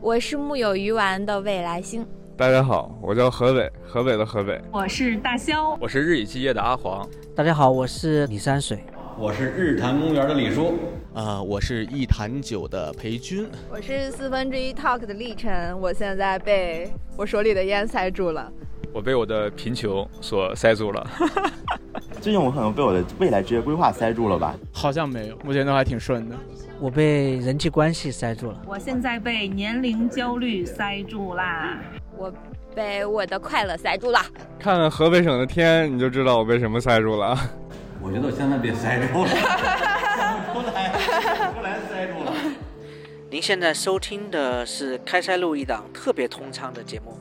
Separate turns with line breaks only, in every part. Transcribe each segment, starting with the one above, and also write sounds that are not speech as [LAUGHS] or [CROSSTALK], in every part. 我是木有鱼丸的未来星。
大家好，我叫何伟，河北的河北。
我是大肖，
我是日以继夜的阿黄，
大家好，我是李山水。
我是日坛公园的李叔，
啊、我是一坛酒的裴军，
我是四分之一 talk 的历程，我现在被 [LAUGHS] 我手里的烟塞住了。
我被我的贫穷所塞住了。
最近我可能被我的未来职业规划塞住了吧？
好像没有，目前都还挺顺的。
我被人际关系塞住了，
我现在被年龄焦虑塞住啦。
我被我的快乐塞住了。
看了河北省的天，你就知道我被什么塞住了。
我觉得我现在被塞住了，想不出来，想不出来塞住了。
您现在收听的是《开塞露》一档特别通畅的节目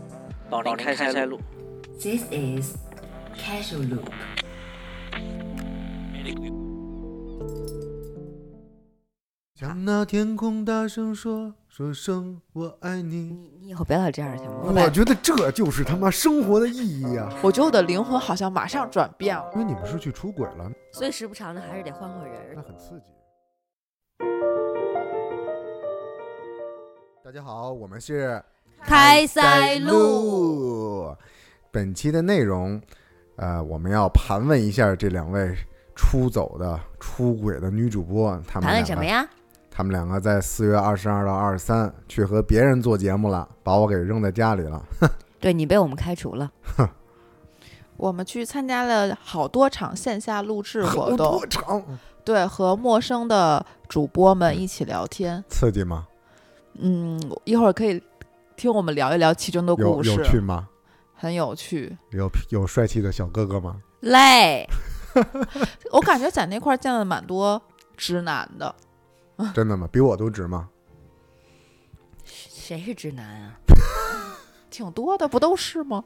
《老林开塞露》。
This is Casual Loop.
向那天空大声说，说声我爱你。
你以后不要老这样行吗？
我觉得这就是他妈生活的意义啊！
我觉得我的灵魂好像马上转变了。
因为你们是去出轨了，
所以时不常的还是得换换人
那
儿。
很刺激。大家好，我们是
开
塞。露。本期的内容，呃，我们要盘问一下这两位出走的、出轨的女主播，她
谈
们两
论
个
什么呀？
他们两个在四月二十二到二十三去和别人做节目了，把我给扔在家里了。
对你被我们开除了，
[LAUGHS] 我们去参加了好多场线下录制活
好
动
多，场，
对，和陌生的主播们一起聊天。
刺激吗？
嗯，一会儿可以听我们聊一聊其中的
有
故
有趣
事，
吗？
很有趣。
有有帅气的小哥哥吗？
累，
我感觉在那块儿见了蛮多直男的，
真的吗？比我都直吗？
谁是直男啊？
挺多的，不都是吗？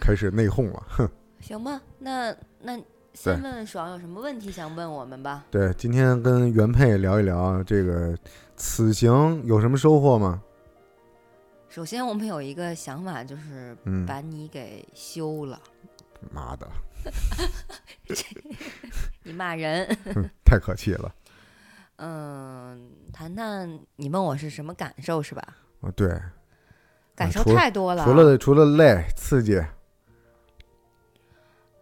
开始内讧了。哼，
行吧，那那先问问爽有什么问题想问我们吧？
对，今天跟原配聊一聊这个此行有什么收获吗？
首先，我们有一个想法，就是
嗯，
把你给休了，
妈的，
你骂人。
哼，太可气了。
嗯，谈谈你问我是什么感受是吧？
啊，对，
感受
除了
太多了，
除了除了累、刺激，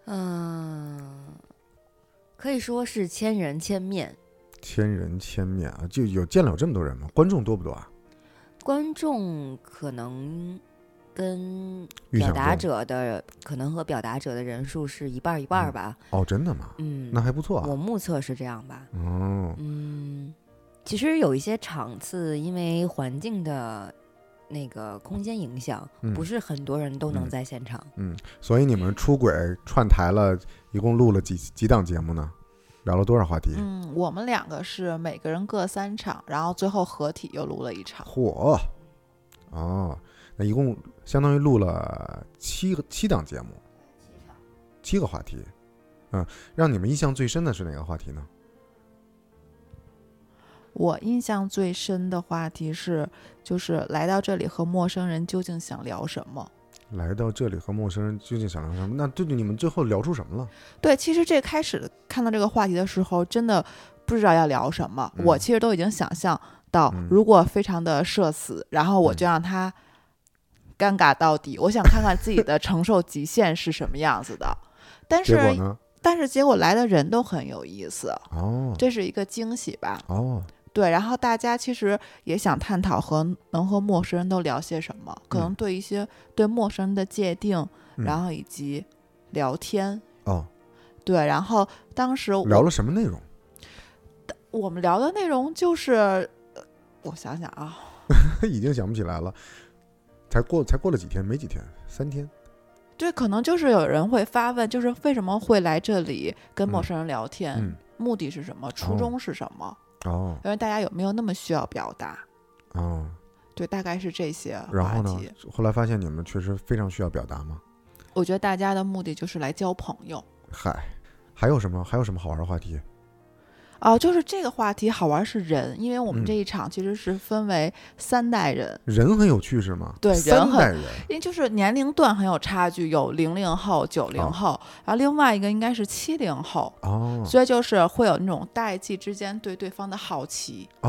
嗯，可以说是千人千面。
千人千面啊，就有见了有这么多人吗？观众多不多啊？
观众可能跟
预
表
想
达
中
者的可能和表达者的人数是一半儿一半儿吧。
哦，真的吗？
嗯，
那还不错啊
我。目测是这样吧。
哦，
嗯，其实有一些场次因为环境的那个空间影响，
嗯
不是很多人都能
嗯
在现场。嗯
所以你们出轨串台了，一共录了几几档节目呢？聊了多少话题？
嗯，我们两个是每个人各三场，然后最后合体又录了一场。
嚯、哦，那一共相当于录了七个七档节目，七个话题。嗯，让你们印象最深的是哪个话题呢？
我印象最深的话题是，就是来到这里和陌生人究竟想聊什么？
来到这里和陌生人究竟想聊什么？那对对，你们最后聊出什么了？
对，其实这开始看到这个话题的时候，真的不知道要聊什么。我
嗯
其实都已经想象到
嗯，
如果非常的社死，然后我就让他尴尬到底，我想看看自己的承受极限是什么样子的。但
结果
是，
呢？
但是结果来的人都很有意思，
哦
这是一个惊喜吧？
哦，
对，然后大家其实也想探讨和能和陌生人都聊些什么，可能
嗯
对一些对陌生人的界定，
嗯
然后以及聊天。
哦，
对，然后当时我
聊了什么内容？ [LAUGHS]
我们聊的内容就是，呃我想想啊，
已经想不起来了，才过才过了几天，没几天，三天。
对，可能就是有人会发问，就是为什么会来这里跟陌
嗯
生人聊天，
嗯，
目的是什么，初
哦
衷是什么？
哦
因为大家有没有那么需要表达？
哦，
对，大概是这些
然
话
后呢
题。？
后来发现你们确实非常需要表达吗？
我觉得大家的目的就是来交朋友。
嗨，还有什么？还有什么好玩的话题？
哦，就是这个话题好玩是人，因为我们
嗯
这一场其实是分为三代人，
人很有趣是吗？
对人
三
很
代人
因为就是年龄段很有差距，有零零后、九零
哦
后，然后另外一个应该是七零后，
哦
所以就是会有那种代际之间对对方的好奇。
哦，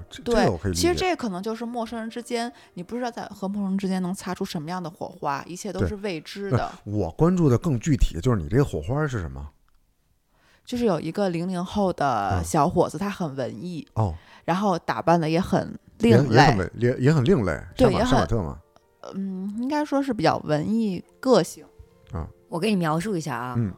哦，这这个我
对，
可以理
其
解。
实这可能就是陌生人之间，你不知道在和陌生人之间能擦出什么样的火花，一切都
对
是未知
呃
的。
我关注的更具体，就是你这个火花是什么？
就是有一个零零后
嗯
的小伙子，他很文艺，
哦，
然后打扮的也很
也
另
也
类
很，文也也很另类，
对
杀马
也
杀马
很
特嘛，
嗯，应该说是比较文艺个性。
啊，
我给你描述一下啊，
嗯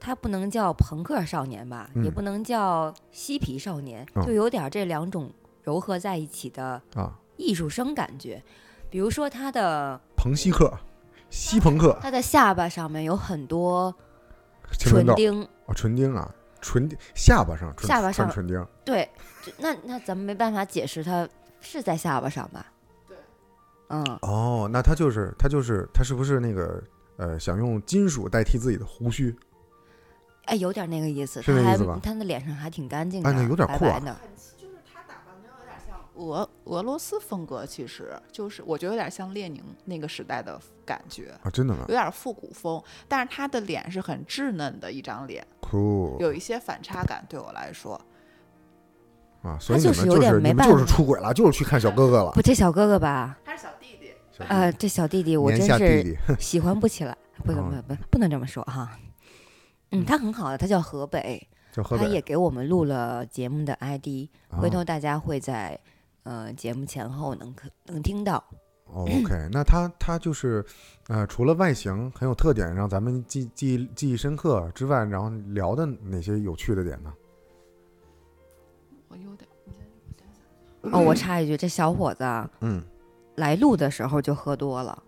他不能叫朋克少年吧，
嗯
也不能叫嬉皮少年，
嗯
就有点这两种糅合在一起的
啊
艺术生感觉。比如说他的
朋西克，西朋克，
他的下巴上面有很多
青春痘
唇钉
哦，唇钉啊，唇钉下巴上，唇
下巴
穿
上
唇钉，
对，这那那咱们没办法解释，他是在下巴上吧？对，嗯，
哦，那他就是他就是他是不是那个呃，想用金属代替自己的胡须？
哎，有点那个意思，
是
他
那
还
意思吧
他的脸上还挺干净的，
哎那有点酷
白
啊
白的。
俄俄罗斯风格其实就是，我觉得有点像列宁那个时代的感觉
啊真的吗
有点复古风，但是他的脸是很稚嫩的一张脸，
酷
有一些反差感。对我来说，
啊，所以你
就
们
是有点
是
没
你们
办
就是
法
出轨了，就是去看小哥哥了
不，，这小哥哥吧，
他是小弟弟。
小弟弟
啊、这小弟弟我
年
真
下弟
是
弟
喜欢不起来，不
啊
能不能不能不能这么说哈。嗯，他很好的，他叫河北，
叫河
他
北
也给我们录了节目的 ID，、回
哦
头大家会在呃节目前后能可能听到。
哦 OK，那他他就是，呃，除了外形很有特点，让咱们记记记忆深刻之外，然后聊的哪些有趣的点呢？
我有点，
哦，我插一句，这小伙子啊
嗯，
来录的时候就喝多了，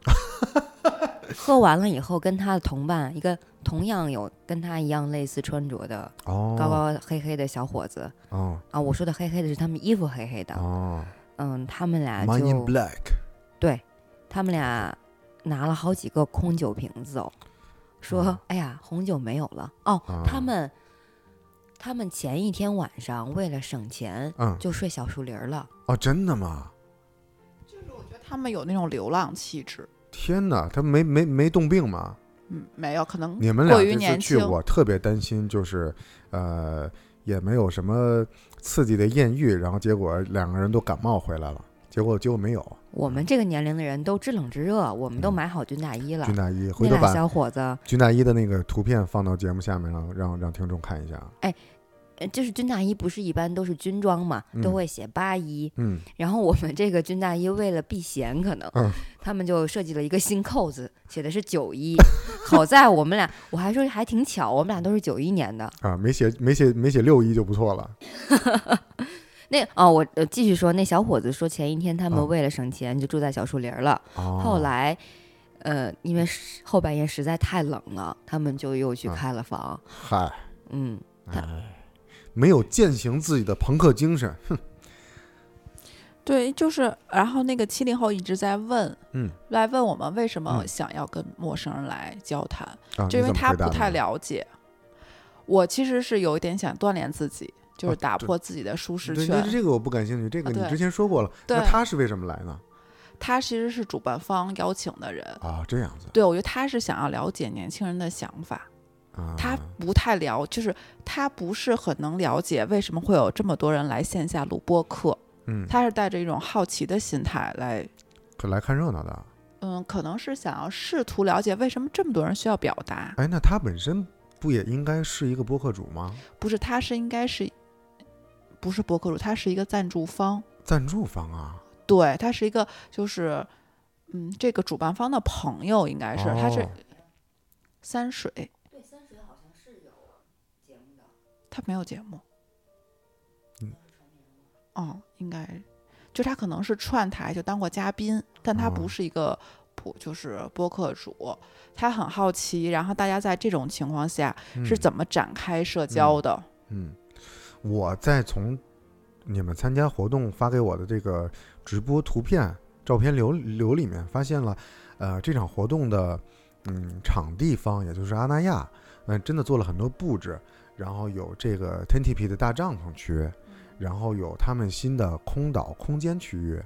喝完了以后跟他的同伴一个同样有跟他一样类似穿着的
哦
高高黑黑的小伙子
哦
啊，我说的黑黑的是他们衣服黑黑的
哦，
嗯，他们俩就
Man in Black
对他们俩拿了好几个空酒瓶子走，说、哎呀红酒没有了哦，
啊
他们他们前一天晚上为了省钱，
嗯
就睡小树林儿了，
哦，真的吗？
我觉得他们有那种流浪气质。
天哪，他没没没冻病吗？
嗯，没有，可能
你们俩
过于
这次
年
去，
轻。
我特别担心，就是呃，也没有什么刺激的艳遇，然后结果两个人都感冒回来了，结果结果没有
我们这个年龄的人都知冷知热，我们都
嗯
买好军大衣了。
军大衣，回
那俩
头把
小伙子，
军大衣的那个图片放到节目下面，让让让听众看一下。
哎，呃就是军大衣不是一般都是军装嘛，
嗯
都会写八一。
嗯
然后我们这个军大衣为了避嫌，可能、
嗯
他们就设计了一个新扣子，写的是九一。 [LAUGHS] 好在我们俩，我还说还挺巧，我们俩都是九一年的。
啊，没写没写没写六一就不错了。
那哦，我呃继续说，那小伙子说前一天他
嗯
们为了省钱就住在小树林儿了，
哦
后来。呃，因为是后半夜实在太冷了，他们就又去开了房。 [LAUGHS]
嗨，
嗯，
哎，没有践行自己的朋克精神，哼，
对，就是，然后那个七零后一直在问，
嗯，
来问我们为什么
嗯
想要跟陌生人来交谈，
啊
就
你
因为
怎么
他
回答
不
的
太
呢
了解。我其实是有一点想锻炼自己，就
啊
是打
对
破自己的舒适
对，
圈。
那这个我不感兴趣，这个
啊
你
对
之前说过了。
对
那他是为什么来呢？
他其实是主办方邀请的人，
啊，这样子
对我觉得他是想要了解年轻人的想法。
啊，
他不太了，就是他不是很能了解为什么会有这么多人来线下录播课。
嗯
他是带着一种好奇的心态来，
可来看热闹的。
嗯，可能是想要试图了解为什么这么多人需要表达。
哎，那他本身不也应该是一个播客主吗？
不是，他是应该是，不是博客主，他是一个赞助方，
赞助方啊，
对，他是一个就是，嗯，这个主办方的朋友应该是，他是
哦
三水。对，三水好像是有节目的。他没有节目。嗯。哦，应该，就他可能是串台，就当过嘉宾，但他
哦
不是一个普，就是播客主。他很好奇，然后大家在这种情况下是
嗯
怎么展开社交的？
嗯，我在从你们参加活动发给我的这个直播图片、照片流流里面发现了，呃，这场活动的嗯场地方，也就是阿那亚，嗯、真的做了很多布置，然后有这个 Tentipi 的大帐篷区，然后有他们新的空岛空间区域，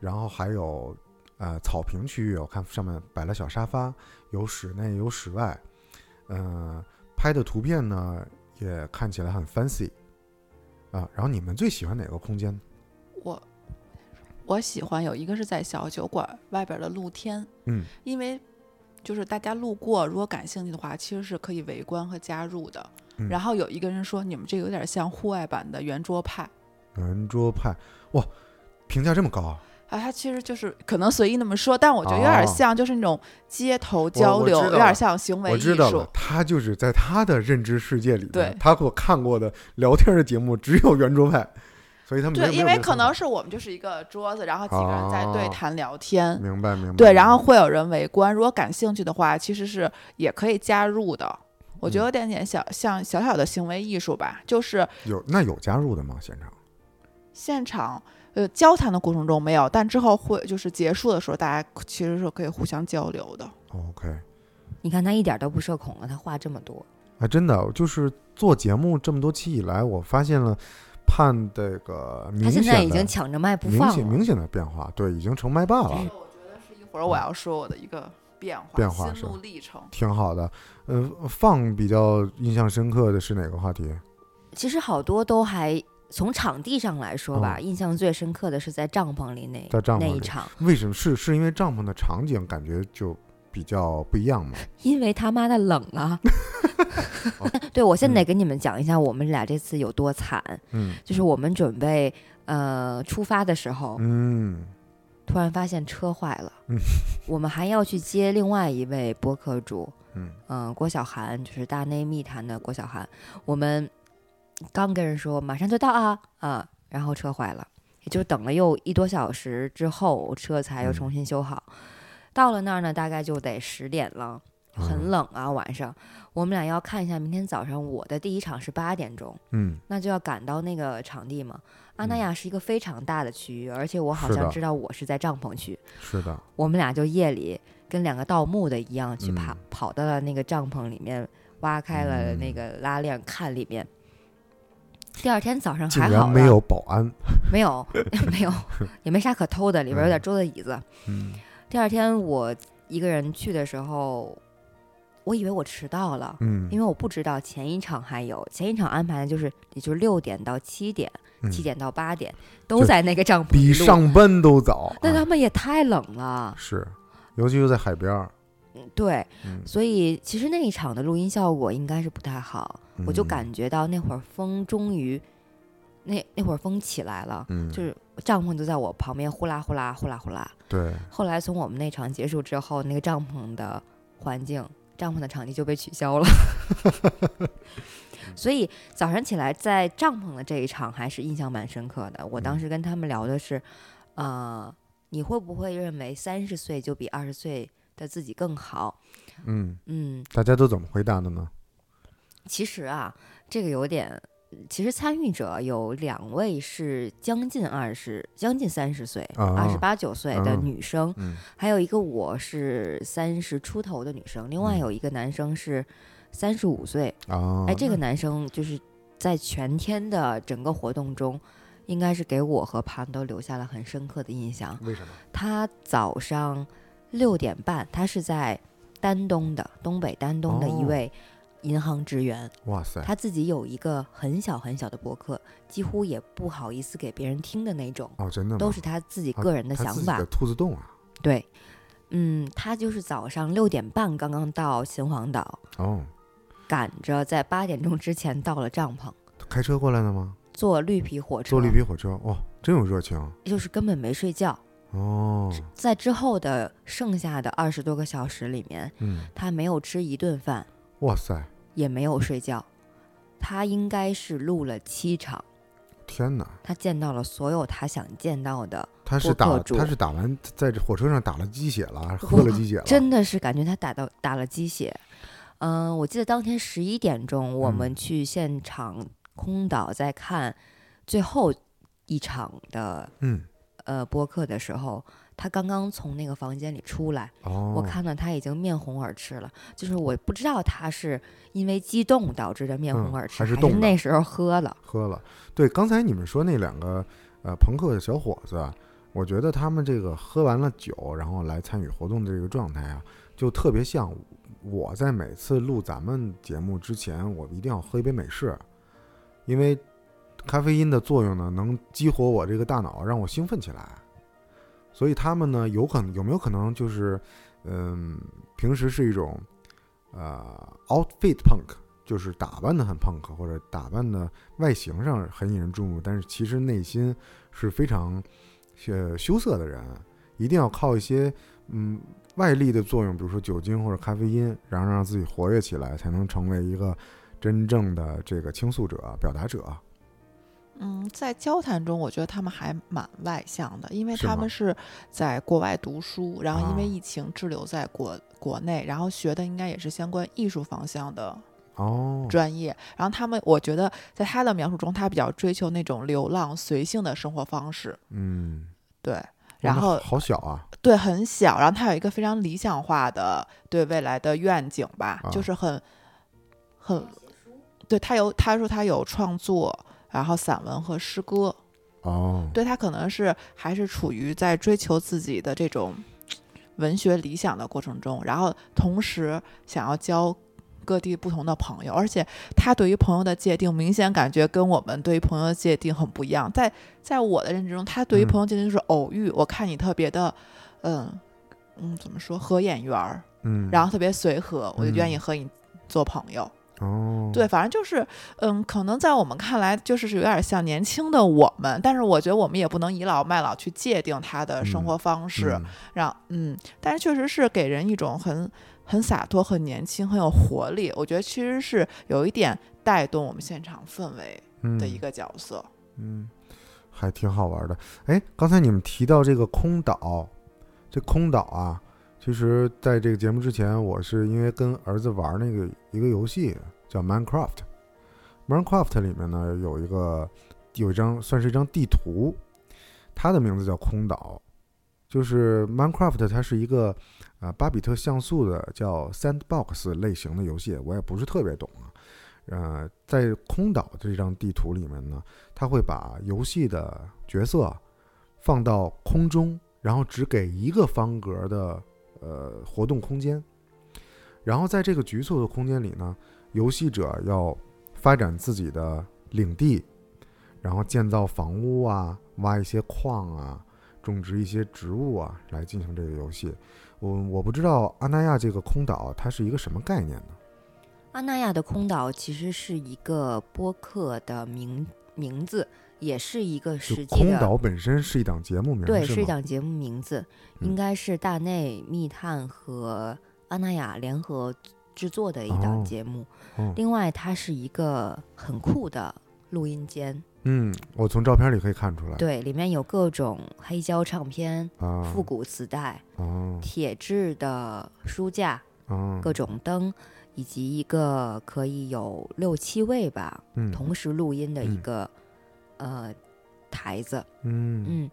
然后还有呃草坪区域，我看上面摆了小沙发，有室内有室外，嗯、拍的图片呢也看起来很 fancy 啊。然后你们最喜欢哪个空间？
我我喜欢有一个是在小酒馆外边的露天，
嗯，
因为就是大家路过，如果感兴趣的话，其实是可以围观和加入的。
嗯
然后有一个人说，你们这有点像户外版的圆桌派。
圆桌派，哇，评价这么高啊！
啊，它其实就是可能随意那么说，但我觉得有点
哦
像，就是那种街头
我
交
我
流，
知道
有点
了
像行为
我
艺
知道
术
了，。他就是在他的认知世界里
对
面，他给我看过的聊天的节目只有圆桌派，所以他们
对，
没有
因
没
为
有
可能是我们就是一个桌子，然后几个人在对
哦
谈聊天，
明白明白。
对，然后会有人围观。如果感兴趣的话，其实是也可以加入的。我
嗯
觉得有点点小像小小的行为艺术吧，就是
有那有加入的吗？现场
现场呃交谈的过程中没有，但之后会就是结束的时候，大家其实是可以互相交流的。
哦 OK
你看他一点都不社恐了，他话这么多，
啊，真的就是做节目这么多期以来，我发现了盼这个明
他
显
现
的
在已经抢着麦不
明
放
显
了。
明显的变化，对，已经成麦霸了。
一会儿我要说我的一个变化、
变化
心
是
路
吧
历程。
挺好的。呃，放比较印象深刻的是哪个话题？
其实好多都还从场地上来说吧，印象最深刻的是在帐篷里那
在哦帐
那
篷
一
里
场，
为什么是是因为帐篷的场景感觉就比较不一样吗？
因为他妈的冷
[LAUGHS]
啊！对，我现在得跟你们讲一下我们俩这次有多惨，
嗯
就是我们准备呃出发的时候，
嗯
突然发现车坏了，
嗯
[LAUGHS] 我们还要去接另外一位播客主，
嗯
嗯、郭晓涵，就是大内密谈的郭晓涵。我们刚跟人说马上就到啊啊，然后车坏了，也就等了又一多小时之后，车才
嗯
又重新修好。到了那儿呢，大概就得十点了，
哎
很冷啊，晚上。我们俩要看一下明天早上我的第一场是八点钟，
嗯
那就要赶到那个场地嘛。阿那亚是一个非常大的区域，而且我好
是
像
的
知道我是在帐篷区。
是的，
我们俩就夜里跟两个盗墓的一样去爬，
嗯
跑到了那个帐篷里面，挖开了那
嗯
个拉链看里面。第二天早上
竟
还
然
好
没
了
有保安。
没有 [LAUGHS] 没有也没啥可偷的，里边有点桌子椅子。
嗯
第二天我一个人去的时候，我以为我迟到了，
嗯
因为我不知道前一场还有，前一场安排的就是也就是六点到七点，
嗯
七、点到八点都在那个帐篷
比
里录
上班都早。啊
那他们也太冷了，
是，尤其又在海边儿。
对，
嗯
所以其实那一场的录音效果应该是不太好，我就
嗯
感觉到那会儿风终于，那那会儿风起来了，
嗯
就是帐篷就在我旁边呼啦呼啦呼啦呼啦。
对，
后来从我们那场结束之后，那个帐篷的环境、帐篷的场地就被取消了，所以早上起来在帐篷的这一场还是印象蛮深刻的。我当时跟他们聊的是，呃，你会不会认为三十岁就比二十岁的自己更好？
嗯
嗯
大家都怎么回答的呢？
其实啊，这个有点，其实参与者有两位是将近二十、将近三十岁，
啊
二十八九岁的女生，
嗯
还有一个我是三十出头的女生，另外有一个男生是三十五岁。
啊
哎，这个
那
男生就是在全天的整个活动中，应该是给我和潘都留下了很深刻的印象。
为什么？
他早上六点半，他是在丹东的东北丹东的一
哦哎
位银行职员。
哇塞
他自己有一个很小很小的博客，几乎也不好意思给别人听的那种。
哦，真的吗
都是他自己
啊
个人的
他
想
自己
法
的兔子洞啊。
对，嗯，他就是早上六点半刚刚到秦皇岛，
哦，
赶着在八点钟之前到了帐篷，
开车过来的吗？
坐绿皮火车，
坐绿皮火车，哇，真有热情
就是根本没睡觉。
哦。
在之后的剩下的二十多个小时里面，
嗯，
他没有吃一顿饭，
哇塞，
也没有睡觉，他应该是录了七场，
天哪！
他见到了所有他想见到的
他是
播
打
客主
他是打完在这火车上打了鸡血了，还是喝了鸡血了？
真的是感觉他打到打了鸡血。嗯、我记得当天十一点钟，我们去现场空岛在看最后一场的
嗯
呃播客的时候，他刚刚从那个房间里出来，
哦
我看到他已经面红耳赤了。就是我不知道他是因为激动导致的面
嗯
红耳赤，
还是
还
冻
是
的
那时候喝了。
喝了。对，刚才你们说那两个呃朋克的小伙子啊，我觉得他们这个喝完了酒，然后来参与活动的这个状态啊，就特别像我在每次录咱们节目之前，我一定要喝一杯美式，因为咖啡因的作用呢，能激活我这个大脑，让我兴奋起来。所以他们呢，有可能有没有可能就是，嗯，平时是一种呃 outfit punk，就是打扮的很 punk，或者打扮的外形上很引人注目，但是其实内心是非常呃羞涩的人，一定要靠一些嗯外力的作用，比如说酒精或者咖啡因，然后让自己活跃起来，才能成为一个真正的这个倾诉者、表达者。
嗯，在交谈中，我觉得他们还蛮外向的，因为
是
他
吗
们是在国外读书，然后因为
啊
疫情滞留在国国内，然后学的应该也是相关艺术方向的
哦，
专业。然后他们，我觉得在他的描述中，他比较追求那种流浪随性的生活方式。
嗯，
对，
哇
然
那
后
好小啊，
对，很小，然后他有一个非常理想化的对未来的愿景吧，
啊
就是很很，对他有他说他有创作，然后散文和诗歌，
哦，
对他可能是还是处于在追求自己的这种文学理想的过程中，然后同时想要交各地不同的朋友，而且他对于朋友的界定，明显感觉跟我们对于朋友的界定很不一样。在在我的认知中，他对
嗯
于朋友界定就是偶遇，我看你特别的，嗯嗯，怎么说合眼缘儿，
嗯
呃然后特别随和，我就愿意
嗯
和你做朋友。
哦，
对，，反正就是，嗯，可能在我们看来，就是是有点像年轻的我们，但是我觉得我们也不能倚老卖老去界定他的生活方式，
嗯
让嗯，但是确实是给人一种很很洒脱、很年轻、很有活力。我觉得其实是有一点带动我们现场氛围的一
嗯
个角色。
嗯，还挺好玩的。哎，刚才你们提到这个空岛，这空岛啊，其实在这个节目之前，我是因为跟儿子玩那个一个游戏叫 Minecraft。Minecraft 里面呢有一个有一张算是一张地图，它的名字叫空岛，就是 Minecraft 它是一个呃巴比特像素的叫 Sandbox 类型的游戏，我也不是特别懂啊。呃，在空岛这张地图里面呢，它会把游戏的角色放到空中，然后只给一个方格的呃活动空间，然后在这个局促的空间里呢，游戏者要发展自己的领地，然后建造房屋啊，挖一些矿啊，种植一些植物啊，来进行这个游戏。我我不知道阿那亚这个空岛它是一个什么概念呢？
阿那亚的空岛其实是一个播客的名名字，也是一个
就
实际
空
的
岛本身是一档节目名，
对，
是
是一
吗
档节目名字，应该是大内密探和阿那亚联合制作的一档
哦
节目。
哦
另外，它是一个很酷的录音间，
嗯，我从照片里可以看出来。
对，里面有各种黑胶唱片、
啊
复古磁带、
哦
铁质的书架、
哦
各种灯，以及一个可以有六七位吧，
嗯
同时录音的一
嗯
个、呃台子。
嗯
嗯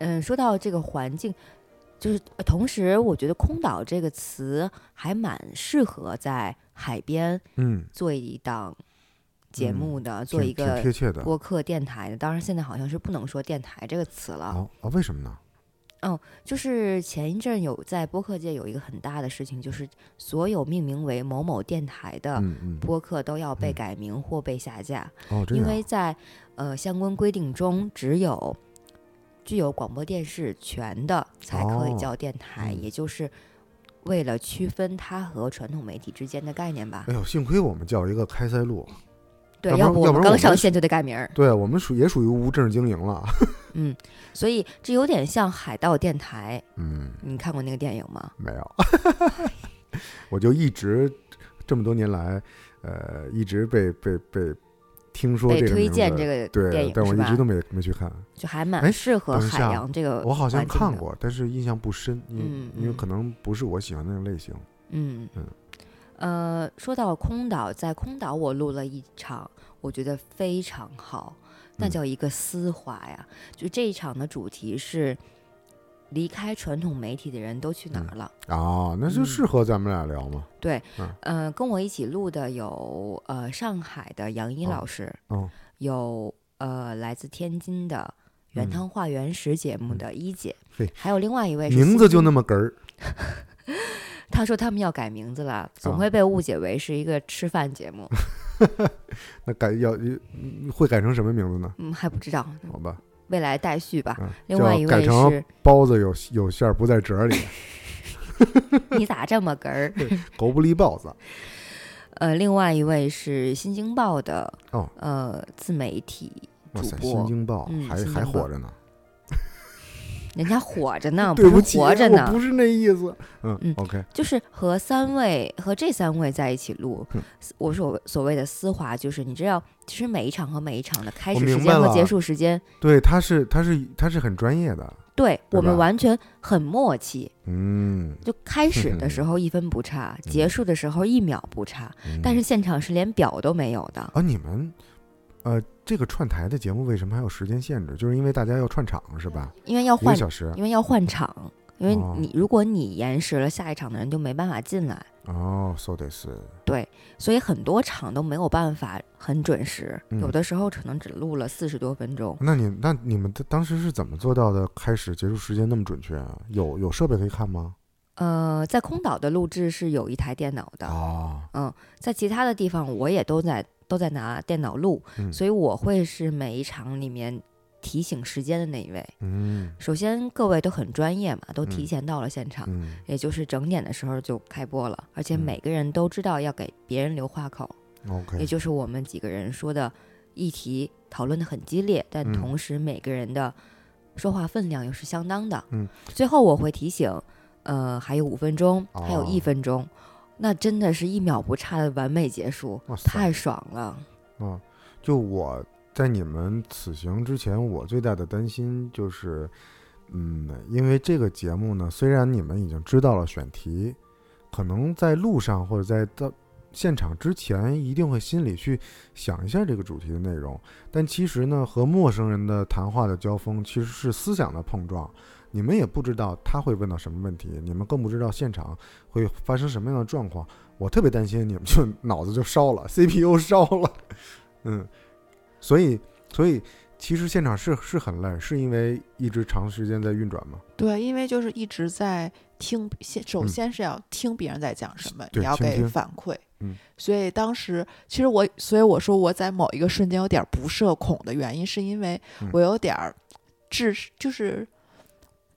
嗯，说到这个环境，就是呃同时，我觉得“空岛”这个词还蛮适合在海边
嗯
做一档节目的，
嗯
做
挺
一个
挺贴切的
播客电台的。当然，现在好像是不能说电台这个词了。
啊啊，为什么呢？
哦，就是前一阵有在播客界有一个很大的事情，就是所有命名为某某电台的
嗯嗯
播客都要被改名或被下架，
哦这
因
样
为在呃相关规定中，只有具有广播电视权的才可以
哦
叫电台，也就是为了区分它和传统媒体之间的概念吧。
哎呦，幸亏我们叫一个开塞露，
对
要
要
不
不我
要
们
不然
刚
们
上
是
线就得改名儿
对我们属也属于无政经营了。
[LAUGHS] 嗯，所以这有点像海盗电台。
嗯，
你看过那个电影吗？
没有， [LAUGHS] 我就一直这么多年来，呃，一直被被被听说
被
这个
推
名
荐
字
这个电
对
影，
但我
是
一直
吧
都没没去看。
就还蛮
哎
适合
等一
海
下
洋这个
我好像
环境
看
的
过，但是印象不深，因为
嗯
因为
嗯
可能不是我喜欢的那个类型。
嗯
嗯
呃，说到空岛，在空岛我录了一场，我觉得非常好，那
嗯
叫一个丝滑呀。就这一场的主题是离开传统媒体的人都去哪儿了？
啊，那就
嗯
适合咱们俩聊嘛。
对，
嗯
呃，跟我一起录的有呃上海的杨一
哦
老师，
哦
有呃来自天津的原
嗯
汤化原食节目的一姐，
嘿
还有另外一位是
名
新
字就
京
那么哏儿，
[LAUGHS] 他说他们要改名字了，总
啊
会被误解为是一个吃饭节目。
[LAUGHS] 那改要嗯会改成什么名字呢？
嗯，还不知道，
好吧，
未来待续吧。
嗯，
另外
叫
一
改
位
成
是，
包子有有馅儿不在褶儿里， [LAUGHS]
你咋这么哏儿？ [LAUGHS]
狗不理包子。
呃，另外一位是《新京报的》
哦
呃自媒体
哇
主
塞，《
播，
新京报
嗯》
还
新
还
京报
活着呢。
人家火着呢， [LAUGHS]
对
是
不起，
活着
我
呢
不，是那意思。嗯
嗯
，OK，
就是和三位和这三位在一起录
嗯，
我所所谓的丝滑，就是你知道，其实每一场和每一场的开
我
始时
明白
间和
了。
结束时间，
对，他是他是他是很专业的。
对
对
我们
吧
完全很默契。
嗯，
就开始的时
[LAUGHS]
候一分不差，结束的时候一秒不差，
嗯
但是现场是连表都没有的。
啊，你们呃，这个串台的节目为什么还有时间限制？就是因为大家要串场是吧？
因为要
一个
换
小时
因为要换场，因为
哦
你、如果你延时了，下一场的人就没办法进来，
哦，说的是，
对，所以很多场都没有办法很准时，
嗯
有的时候可能只录了四十多分钟。
那你那你们当当时是怎么做到的？开始结束时间那么准确啊？有有设备可以看吗？
呃，在空岛的录制是有一台电脑的，
哦，
嗯，在其他的地方我也都在都在拿电脑录，
嗯
所以我会是每一场里面提醒时间的那一位。
嗯
首先，各位都很专业嘛，都提
嗯
前到了现场，
嗯，
也就是整点的时候就开播了，而且
嗯
每个人都知道要给别人留话口，
OK
也就是我们几个人说的议题讨论的很激烈，但
嗯
同时每个人的说话分量又是相当的。
嗯，
最后我会提醒，呃，还有五分钟，还有一
哦
分钟，那真的是一秒不差的完美结束，太爽了。
啊，就我在你们此行之前，我最大的担心就是，嗯，因为这个节目呢，虽然你们已经知道了选题，可能在路上或者在到现场之前，一定会心里去想一下这个主题的内容，但其实呢，和陌生人的谈话的交锋其实是思想的碰撞。你们也不知道他会问到什么问题，你们更不知道现场会发生什么样的状况。我特别担心你们就脑子就烧了，CPU 烧了， [LAUGHS] 嗯，所以所以其实现场是是很累，是因为一直长时间在运转嘛。
对，因为就是一直在听，先首
嗯
先是要听别人在讲什么，
对
你要
倾
给
听
反馈。
嗯
所以当时其实我，所以我说我在某一个瞬间有点儿不社恐的原因，是因为
嗯
我有点儿置，就是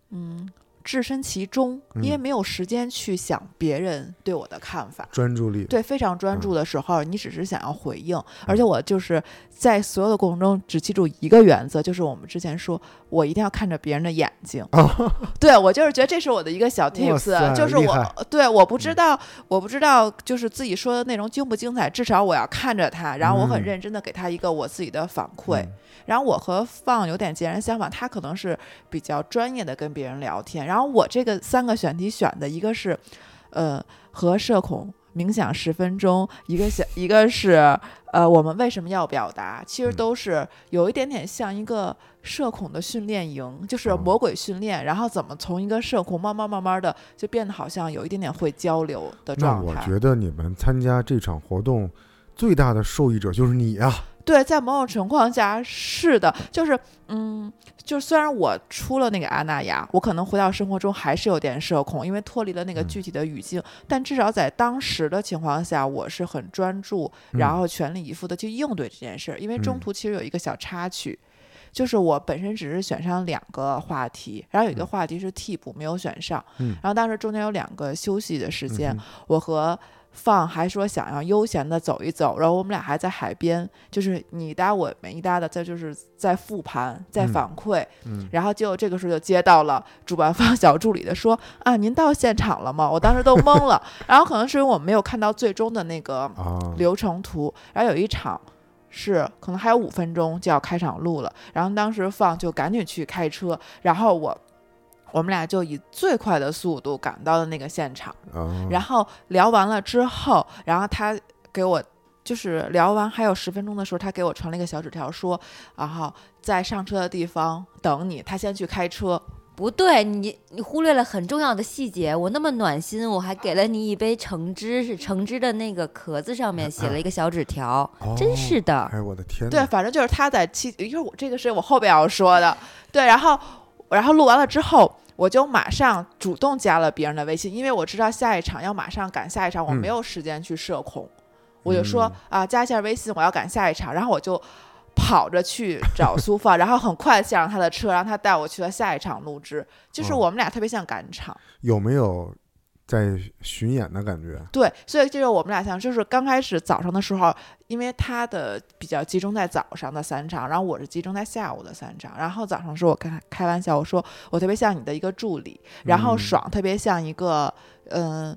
嗯置身其中，因为
嗯
没有时间去想别人对我的看法。
专注力，
对，非常专注
嗯
的时候，你只是想要回应，而且我就是在所有的过程中只记住一个原则，就是我们之前说，我一定要看着别人的眼睛。
啊
对我就是觉得这是我的一个小
哇塞
tips，就是
厉害嗯
我对我不知道，我不知道就是自己说的内容精不精彩，至少我要看着他，然后我很
嗯
认真的给他一个我自己的反馈。然后我和放有点截然相反，他可能是比较专业的跟别人聊天，然后我这个三个选题选的一个是，呃，和社恐。冥想十分钟，一个小，一个是呃，我们为什么要表达？其
嗯
实都是有一点点像一个社恐的训练营，就是
哦
魔鬼训练，然后怎么从一个社恐慢慢慢慢的就变得好像有一点点会交流的
那
状
我
态。
觉得你们参加这场活动最大的受益者就是你啊。
对，在某种情况下是的，就是嗯，就是虽然我出了那个阿那亚，我可能回到生活中还是有点社恐，因为脱离了那
嗯
个具体的语境，但至少在当时的情况下，我是很专注，然
嗯
后全力以赴的去应对这件事儿，因为中
嗯
途其实有一个小插曲。就是我本身只是选上两个话题，然后有一个话题是替补没有选上，
嗯
然后当时中间有两个休息的时间，
嗯哼
我和放还说想要悠闲的走一走，然后我们俩还在海边，就是你一搭我们一搭的，再就是在复盘，在
嗯
反馈，
嗯
然后结果这个时候就接到了主办方 [LAUGHS] 小助理的说啊，您到现场了吗？我当时都懵了，然后可能是因为我没有看到最终的那个
啊
流程图，然后有一场。是，可能还有五分钟就要开场录了，然后当时放就赶紧去开车，然后我我们俩就以最快的速度赶到了那个现场，
啊，
然后聊完了之后，然后他给我就是聊完还有十分钟的时候，他给我传了一个小纸条说，然后在上车的地方等你，他先去开车。
不对，你你忽略了很重要的细节。我那么暖心，我还给了你一杯橙汁，是橙汁的那个壳子上面写了一个小纸条，真是的。
[LAUGHS] 哎，我的天
对，
哪！
反正就是他在期，因为我这个是我后边要说的。对，然后然后录完了之后。我就马上主动加了别人的微信，因为我知道下一场要马上赶下一场，我
嗯
没有时间去社恐，我就说、啊，加一下微信，我要赶下一场，然后我就跑着去找苏 [LAUGHS] 放，然后很快地下上他的车，让他带我去了下一场录制，就是
哦
我们俩特别像赶场。
有没有在巡演的感觉？
对，所以这个我们俩像，就是刚开始早上的时候，因为他的比较集中在早上的三场，然后我是集中在下午的三场。然后早上是我跟他开玩笑，我说我特别像你的一个助理，然后
嗯
爽特别像一个嗯、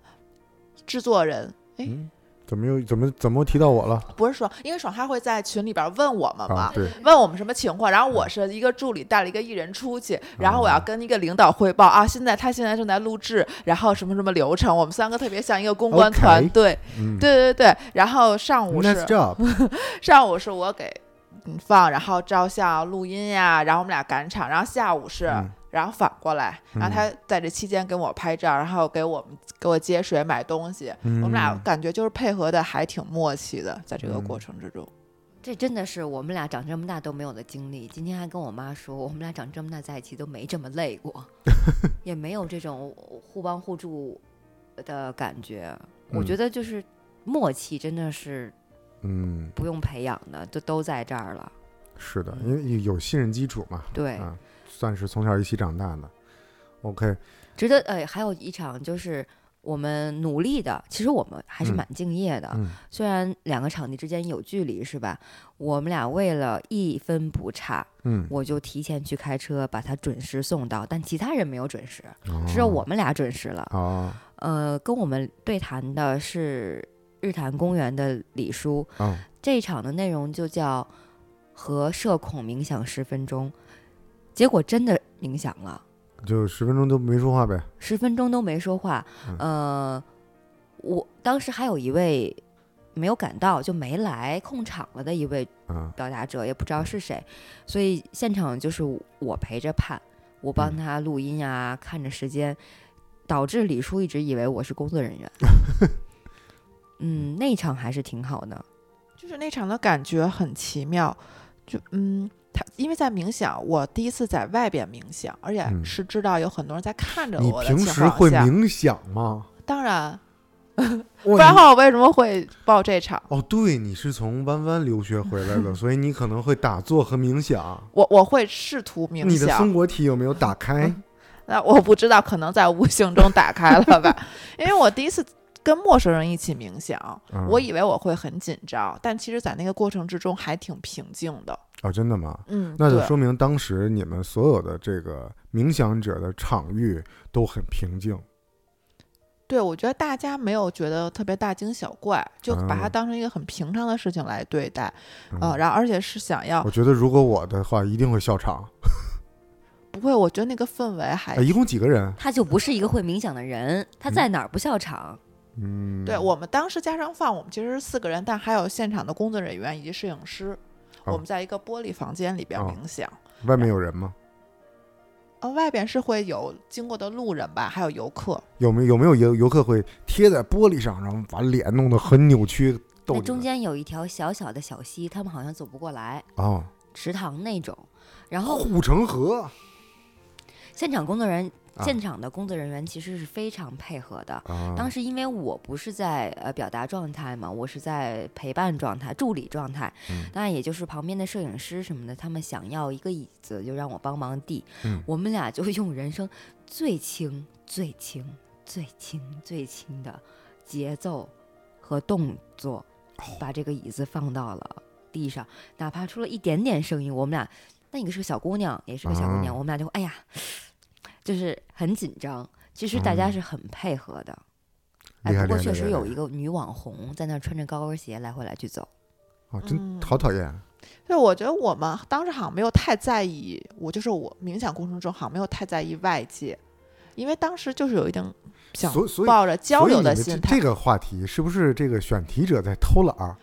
制作人。哎，
怎么又怎么怎么提到我了？
不是爽，因为爽他会在群里边问我们嘛，
啊对
[LAUGHS] 问我们什么情况，然后我是一个助理带了一个艺人出去，然后我要
啊
跟一个领导汇报啊，现在他现在正在录制，然后什么什么流程，我们三个特别像一个公关
OK
团队
嗯
对对对，然后上午是
Nice job
[LAUGHS] 上午是我给嗯放，然后照相、录音呀，然后我们俩赶场，然后下午是。
嗯
然后反过来，然后
嗯
他在这期间跟我拍照，然后给我们给我接水、买东西，我们俩
嗯
感觉就是配合的还挺默契的，在这个
嗯
过程之中。
这真的是我们俩长这么大都没有的经历。今天还跟我妈说，我们俩长这么大在一起都没这么累过，也没有这种互帮互助的感觉。我
嗯
觉得就是默契真的是
嗯，
不用培养的，就都在这儿了。
是的，因为有信任基础嘛。
嗯对
啊，算是从小一起长大的。OK，
值得呃，还有一场就是我们努力的，其实我们还是
嗯
蛮敬业的，
嗯
虽然两个场地之间有距离是吧？我们俩为了一分不差，
嗯
我就提前去开车把他准时送到，但其他人没有准时，只
哦
有我们俩准时了。
哦
呃，跟我们对谈的是日坛公园的李叔，
哦
这一场的内容就叫和社恐冥想十分钟，结果真的冥想了。
就十分钟都没说话呗。
十分钟都没说话。
嗯
呃，我当时还有一位没有赶到，就没来控场了的一位
嗯
表达者，也不知道是谁，所以现场就是我陪着盼，我
嗯
帮他录音啊，看着时间，导致李叔一直以为我是工作人员。嗯，那场还是挺好的。
就是那场的感觉很奇妙，就嗯，他因为在冥想，我第一次在外边冥想，而且
嗯
是知道有很多人在看着
你
我的
平
情
时
况
会
下，
冥想吗？
当然，不然的话我为什么会报这场？
哦，对，你是从弯弯留学回来
[LAUGHS]
的，所以你可能会打坐和冥想。
我我会试图冥
你的松
想，嗯
果体有没有打开？
那我不知道，可能在无形中打开了吧， [LAUGHS] 因为我第一次。跟陌生人一起冥想，
嗯
我以为我会很紧张，但其实，在那个过程之中还挺平静的。
哦，真的吗？
嗯
那就
对
说明当时你们所有的这个冥想者的场域都很平静。
哦对，我觉得大家没有觉得特别大惊小怪，就把它
啊
当成一个很平常的事情来对待，
嗯
呃，然后而且是想要
我觉得如果我的话，一定会笑场。
不会，我觉得那个氛围还
哎，一共几个人？
他就不是一个会冥想的人，他在哪儿不笑场？
嗯，
对我们当时加上饭，我们其实是四个人，但还有现场的工作人员以及摄影师，
哦
我们在一个玻璃房间里边
哦
冥想。
外面有人吗？
呃，外边是会有经过的路人吧，还有游客。
有没有有没有游游客会贴在玻璃上，然后把脸弄得很扭曲？
那
逗你
中间有一条小小的小溪，他们好像走不过来。
哦，
池塘那种，然后
护城河。
现场工作人员、
啊
现场的工作人员其实是非常配合的。
啊
当时因为我不是在呃表达状态嘛，我是在陪伴状态、助理状态，
嗯
那也就是旁边的摄影师什么的，他们想要一个椅子，就让我帮忙递。
嗯
我们俩就用人生最轻、最轻、最轻、最轻的节奏和动作，把这个椅子放到了地上，哪怕出了一点点声音，我们俩，那你是个小姑娘，也是个小姑娘，
啊
我们俩就会哎呀，就是很紧张。其实大家
嗯
是很配合的，
厉害
哎，不过
厉害
确
厉害
实
厉
有
害
一个女网红在那儿穿着高跟鞋来回来去走。
哦，真好讨厌。
对，我觉得我们当时好像没有太在意，我就是我冥想过程中好像没有太在意外界，因为当时就是有一定想
所以所以
抱着交
所以
流
你
的
们
心
这
态。
这个话题是不是这个选题者在偷懒儿？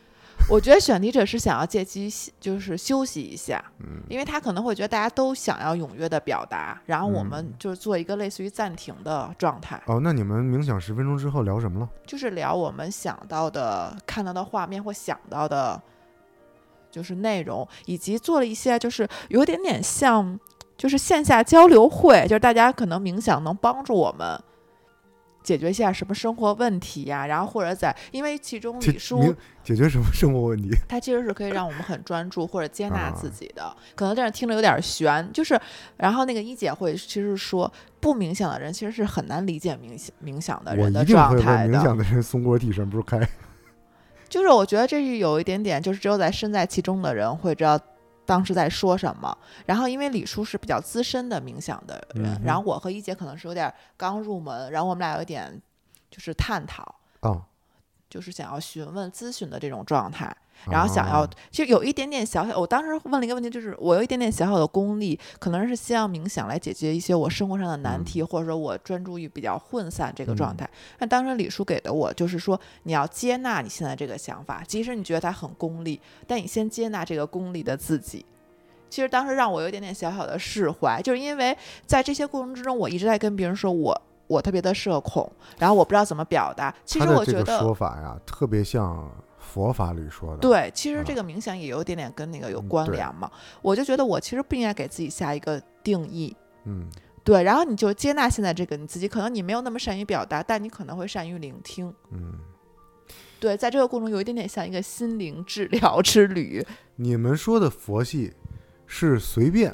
我觉得选题者是想要借机就是休息一下，
嗯
因为他可能会觉得大家都想要踊跃的表达，然后我
嗯
们就是做一个类似于暂停的状态，
哦，那你们冥想十分钟之后聊什么了？
就是聊我们想到的、看到的画面或想到的，就是内容，以及做了一些就是有点点像就是线下交流会，就是大家可能冥想能帮助我们解决一下什么生活问题呀、然后或者在因为其中
解
李叔
明解决什么生活问题？
它其实是可以让我们很专注或者接纳
啊
自己的。可能这样听着有点悬，就是，然后那个一姐会其实说，不冥想的人其实是很难理解冥想冥想
呃
的
我
人的
一定会
状
问
态
冥
的。
想的人松果体什么时候开？
就是我觉得这是有一点点，就是只有在身在其中的人会知道。当时在说什么？然后因为李叔是比较资深的冥想的人，
嗯哼
然后我和一姐可能是有点刚入门，然后我们俩有点就是探讨，
哦，
就是想要询问咨询的这种状态，然后想要、
哦
其实有一点点小小，我当时问了一个问题，就是我有一点点小小的功力，可能是希望冥想来解决一些我生活上的难题，
嗯
或者说我专注欲比较涣散这个状态。那、当时李叔给的我就是说，你要接纳你现在这个想法，即使你觉得它很功利，但你先接纳这个功利的自己。其实当时让我有一点点小小的释怀，就是因为在这些过程之中，我一直在跟别人说我我特别的社恐，然后我不知道怎么表达。其
他
实
的
我
这
觉
个
得
说法呀，特别像佛法里说的。嗯
对，其实这个冥想也有一点点跟那个有关
对
联嘛。我就觉得我其实不应该给自己下一个定义，
嗯，
对，然后你就接纳现在这个你自己，可能你没有那么善于表达，但你可能会善于聆听。
嗯，
对，在这个过程中有一点点像一个心灵治疗之旅，
你们说的佛系是随便，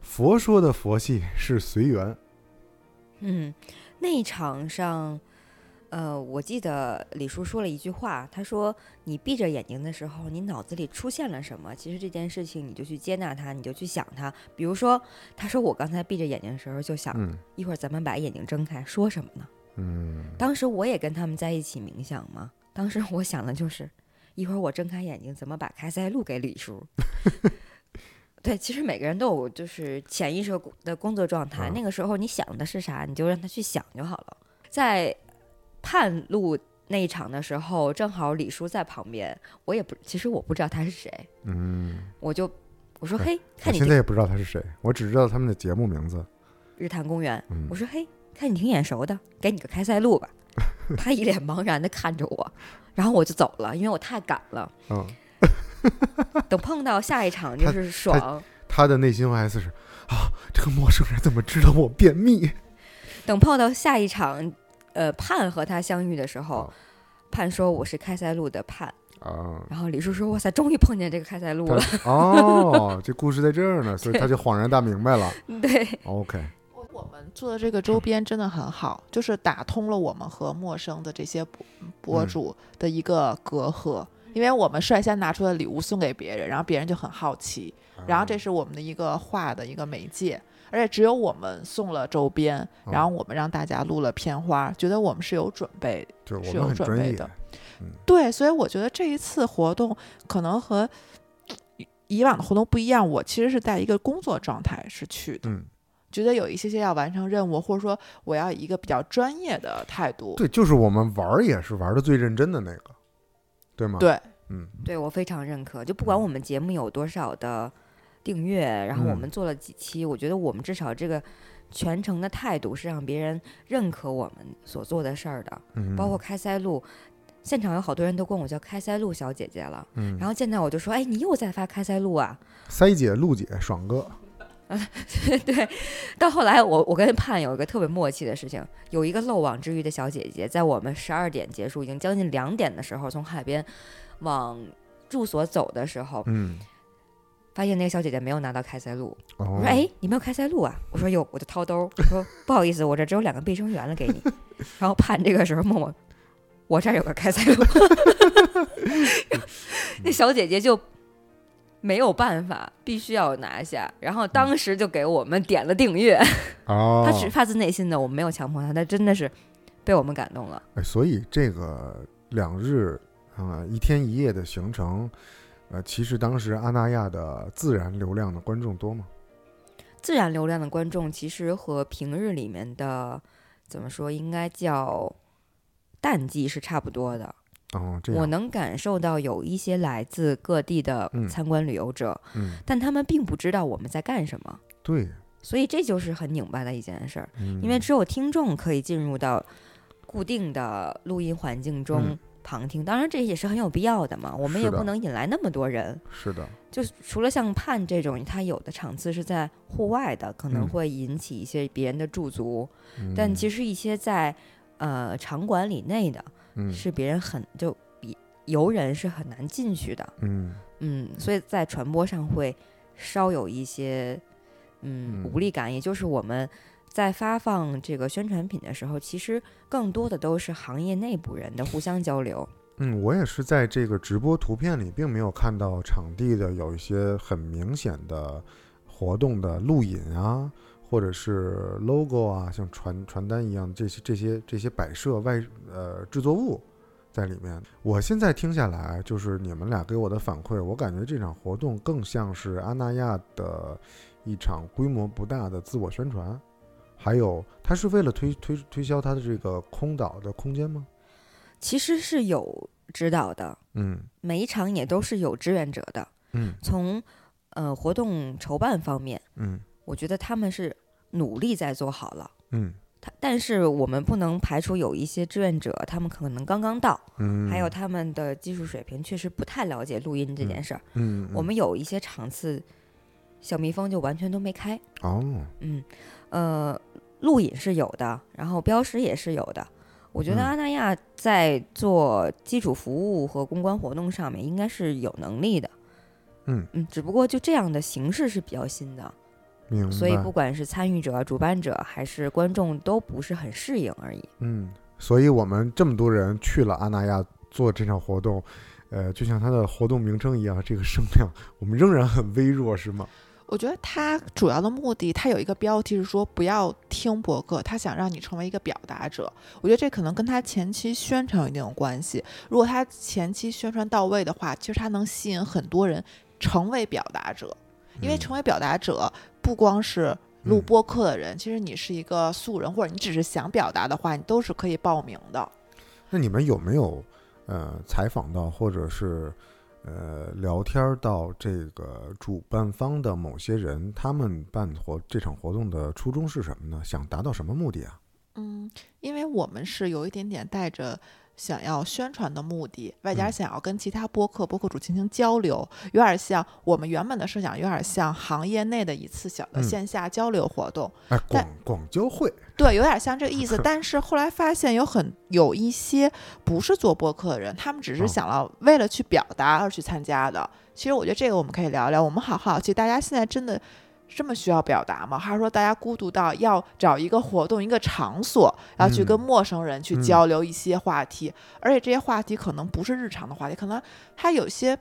佛说的佛系是随缘。
嗯，那一场上，呃，我记得李叔说了一句话，他说：“你闭着眼睛的时候，你脑子里出现了什么？其实这件事情你就去接纳它，你就去想它。比如说，他说我刚才闭着眼睛的时候就想，
嗯
一会儿咱们把眼睛睁开，说什么呢？
嗯，
当时我也跟他们在一起冥想嘛，当时我想的就是，一会儿我睁开眼睛怎么把开塞露给李叔。对，其实每个人都有就是潜意识的呃工作状
啊
态，那个时候你想的是啥，你就让他去想就好了。在探路那一场的时候，正好李叔在旁边，我也不，其实我不知道他是谁，
嗯，
我就我说
哎
嘿，
我
看你
现在
这
也不知道他是谁，我只知道他们的节目名字。
日坛公园，
嗯
我说嘿，看你挺眼熟的，给你个开塞露吧。他一脸茫然的看着我，然后我就走了，因为我太赶了。
嗯，
等碰到下一场就是爽，
他的内心 OS 是啊，这个陌生人怎么知道我便秘？
等碰到下一场，呃，盼和他相遇的时候，盼说我是开塞露的盼，
啊，
然后李叔说哇塞，终于碰见这个开塞露了。
他哦，这故事在这儿呢，所以
对
他就恍然大明
[LAUGHS]
白了。
对
，OK，
做的这个周边真的很好，就是打通了我们和陌生的这些博
嗯
博主的一个隔阂，因为我们率先拿出的礼物送给别人，然后别人就很好奇，然后这
嗯
是我们的一个话的一个媒介，而且只有我们送了周边，然后我们让大家录了片花，觉得我们是有准备，
对，我
是
们
有
很
准
专
备
业
的。。对，所以我觉得这一次活动可能和以以往的活动不一样，我其实是在一个工作状态是去的，
嗯
觉得有一些些要完成任务，或者说我要以一个比较专业的态度。
对，就是我们玩儿也是玩的最认真的那个，对吗？
对，
嗯，
对我非常认可。就不管我们节目有多少的订阅，然后我们做了几期，我觉得我们至少这个全程的态度是让别人认可我们所做的事儿的。
嗯
包括开塞露，现场有好多人都管我叫开塞露小姐姐了。
嗯
然后见到我就说：“哎，你又在发开塞露啊
塞姐、陆姐、爽哥，？”
对。到后来我，我跟盼有一个特别默契的事情，有一个漏网之鱼的小姐姐，在我们十二点结束，已经将近两点的时候，从海边往住所走的时候，
嗯，
发现那个小姐姐没有拿到开塞露。
哦
我说：“哎，你没有开塞露啊？”我说：“有。”我就掏兜，我说：“不好意思，我这只有两个卫生元了，给你。” [LAUGHS] 然后盼这个时候默默，我这儿有个开塞露。 [LAUGHS] 那小姐姐就没有办法，必须要拿下。然后当时就给我们点了订阅。
哦
她只发自内心的，我没有强迫她，她真的是被我们感动了。
哎，所以这个两日啊、一天一夜的行程，呃，其实当时阿那亚的自然流量的观众多吗？
自然流量的观众其实和平日里面的怎么说，应该叫淡季是差不多的。
哦，这样，
我能感受到有一些来自各地的
嗯
参观旅游者，
嗯
但他们并不知道我们在干什么，
对，
所以这就是很拧巴的一件事儿。
嗯
因为只有听众可以进入到固定的录音环境中
嗯
旁听，当然这也是很有必要的嘛，我们也
是的
不能引来那么多人。
是的，
就是除了像盼这种，它有的场次是在户外的，可能
嗯
会引起一些别人的驻足，
嗯
但其实一些在嗯、呃场馆里内的，
嗯
是别人很就比游人是很难进去的，
嗯
嗯，所以在传播上会稍有一些嗯无力感，也就是我们在发放这个宣传品的时候，其实更多的都是行业内部人的互相交流。
嗯，我也是在这个直播图片里，并没有看到场地的有一些很明显的活动的录影啊，或者是 logo 啊，像传传单一样这些这些这些摆设外呃制作物在里面。我现在听下来，就是你们俩给我的反馈，我感觉这场活动更像是阿那亚的一场规模不大的自我宣传，还有它是为了推推推销它的这个空岛的空间吗？
其实是有指导的，
嗯
每一场也都是有志愿者的。
嗯
从呃活动筹办方面，
嗯
我觉得他们是努力在做好了。
嗯
他但是我们不能排除有一些志愿者，他们可能刚刚到，
嗯
还有他们的技术水平确实不太了解录音这件事儿。
嗯嗯
我们有一些场次，小蜜蜂就完全都没开。
哦，
嗯，呃，录影是有的，然后标识也是有的。我觉得
嗯
阿那亚在做基础服务和公关活动上面应该是有能力的，
嗯
嗯，只不过就这样的形式是比较新的，
明白。
所以不管是参与者、主办者还是观众都不是很适应而已。
嗯，所以我们这么多人去了阿那亚做这场活动，呃，就像它的活动名称一样，这个声量我们仍然很微弱，是吗？
我觉得他主要的目的，他有一个标题是说不要听博客，他想让你成为一个表达者。我觉得这可能跟他前期宣传有一定有关系。如果他前期宣传到位的话，其实他能吸引很多人成为表达者，因
嗯
为成为表达者不光是。录播客的人，其实你是一个素人，或者你只是想表达的话，你都是可以报名的。
嗯那你们有没有呃采访到或者是呃聊天儿到这个主办方的某些人，他们办活这场活动的初衷是什么呢？想达到什么目的啊？
嗯，因为我们是有一点点带着想要宣传的目的，外加
嗯
想要跟其他播客播客主进行交流，有点像我们原本的设想，有点像行业内的一次小的
嗯
线下交流活动。
哎，广广交会，
对，有点像这
[LAUGHS]
个意思。但是后来发现有很有一些不是做播客的人，他们只
嗯
是想要为了去表达而去参加的。其实我觉得这个我们可以聊聊。我们好好奇，大家现在真的这么需要表达吗？还是说大家孤独到要找一个活动、一个场所，然后去跟
嗯
陌生人去
嗯
交流一些话题？而且这些话题可能不是日常的话题，可能它有些。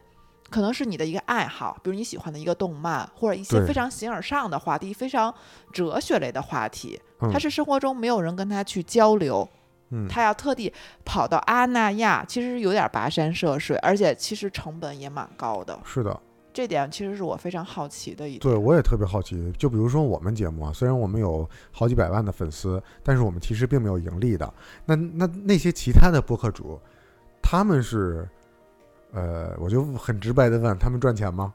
可能是你的一个爱好，比如你喜欢的一个动漫，或者一些
对
非常形而上的话题、非常哲学类的话题，
嗯
它是生活中没有人跟他去交流，
嗯
他要特地跑到阿那亚，其实是有点跋山涉水，而且其实成本也蛮高的。
是的，
这点其实是我非常好奇的一点。
对，我也特别好奇。就比如说我们节目啊，虽然我们有好几百万的粉丝，但是我们其实并没有盈利的。那那那些其他的播客主，他们是，呃，我就很直白的问，他们赚钱吗？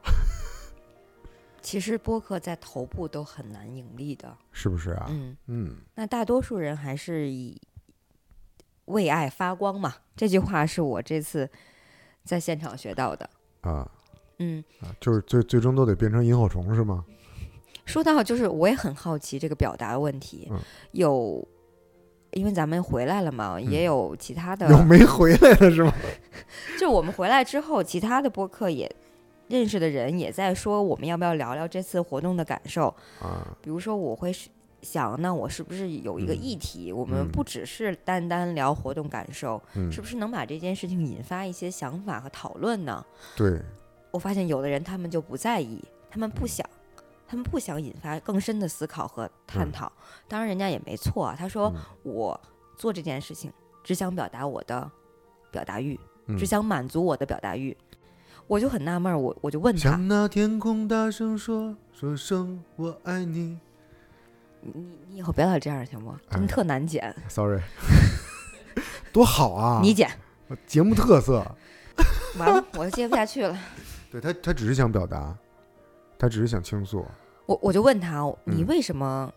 其实播客在头部都很难盈利的，
是不是啊？
嗯
嗯
那大多数人还是以为爱发光嘛。这句话是我这次在现场学到的。
啊
嗯，
啊，就是最最终都得变成萤火虫是吗？
说到就是，我也很好奇这个表达问题，
嗯
有因为咱们回来了嘛，也有其他的，
嗯有没回来的是吗？
就我们回来之后，其他的播客也认识的人也在说，我们要不要聊聊这次活动的感受？
啊，
比如说，我会是想，那我是不是有一个
嗯
议题？我们
嗯
不只是单单聊活动感受，
嗯
是不是能把这件事情引发一些想法和讨论呢？
对，
我发现有的人他们就不在意，他们不想，他们不想引发更深的思考和
嗯
探讨。当然，人家也没错啊。他说、我做这件事情只想表达我的表达欲，
嗯
只想满足我的表达欲。我就很纳闷儿，我我就问他，
向那天空大声说，说声我爱
[LAUGHS]
你。
你以后别老这样
哎
行吗？真特难剪。
Sorry，多好啊！
你
[LAUGHS]
剪
节目特色。
完了，我都接不下去了。
对他，他只是想表达，他只是想倾诉。
我我就问他，你
嗯
为什么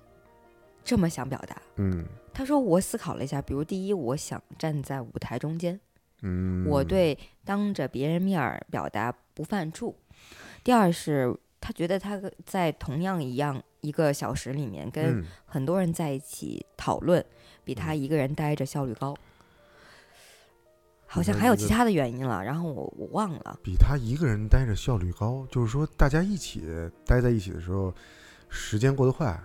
这么想表达？
嗯
他说我思考了一下，比如第一，我想站在舞台中间，
嗯，
我对当着别人面儿表达不犯怵；第二是他觉得他在同样一样一个小时里面跟
嗯
很多人在一起讨论，比他一个人待着效率高。好像还有其他的原因了，然后我我忘了。
比他一个人待着效率高，就是说大家一起待在一起的时候，时间过得快。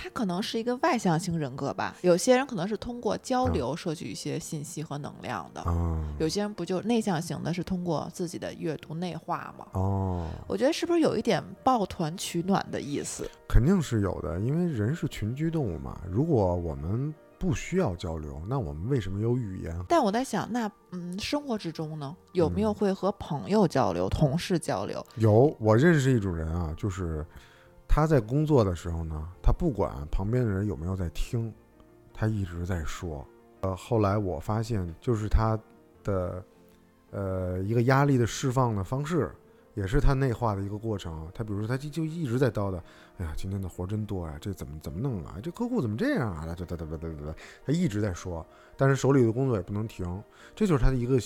他可能是一个外向型人格吧，有些人可能是通过交流摄取一些信息和能量的，
嗯
有些人不就内向型的是通过自己的阅读内化嘛？
哦，
我觉得是不是有一点抱团取暖的意思？
肯定是有的，因为人是群居动物嘛。如果我们不需要交流，那我们为什么有语言？
但我在想，那嗯，生活之中呢，有
嗯
没有会和朋友交流、同事交流？
有，我认识一种人啊，就是他在工作的时候呢，他不管旁边的人有没有在听，他一直在说。呃，后来我发现，就是他的呃一个压力的释放的方式，也是他内化的一个过程。啊他比如说，他就就一直在叨叨，哎呀，今天的活真多呀、这怎么怎么弄啊？这客户怎么这样啊？哒哒哒哒哒哒哒，他一直在说，但是手里的工作也不能停，这就是他的一个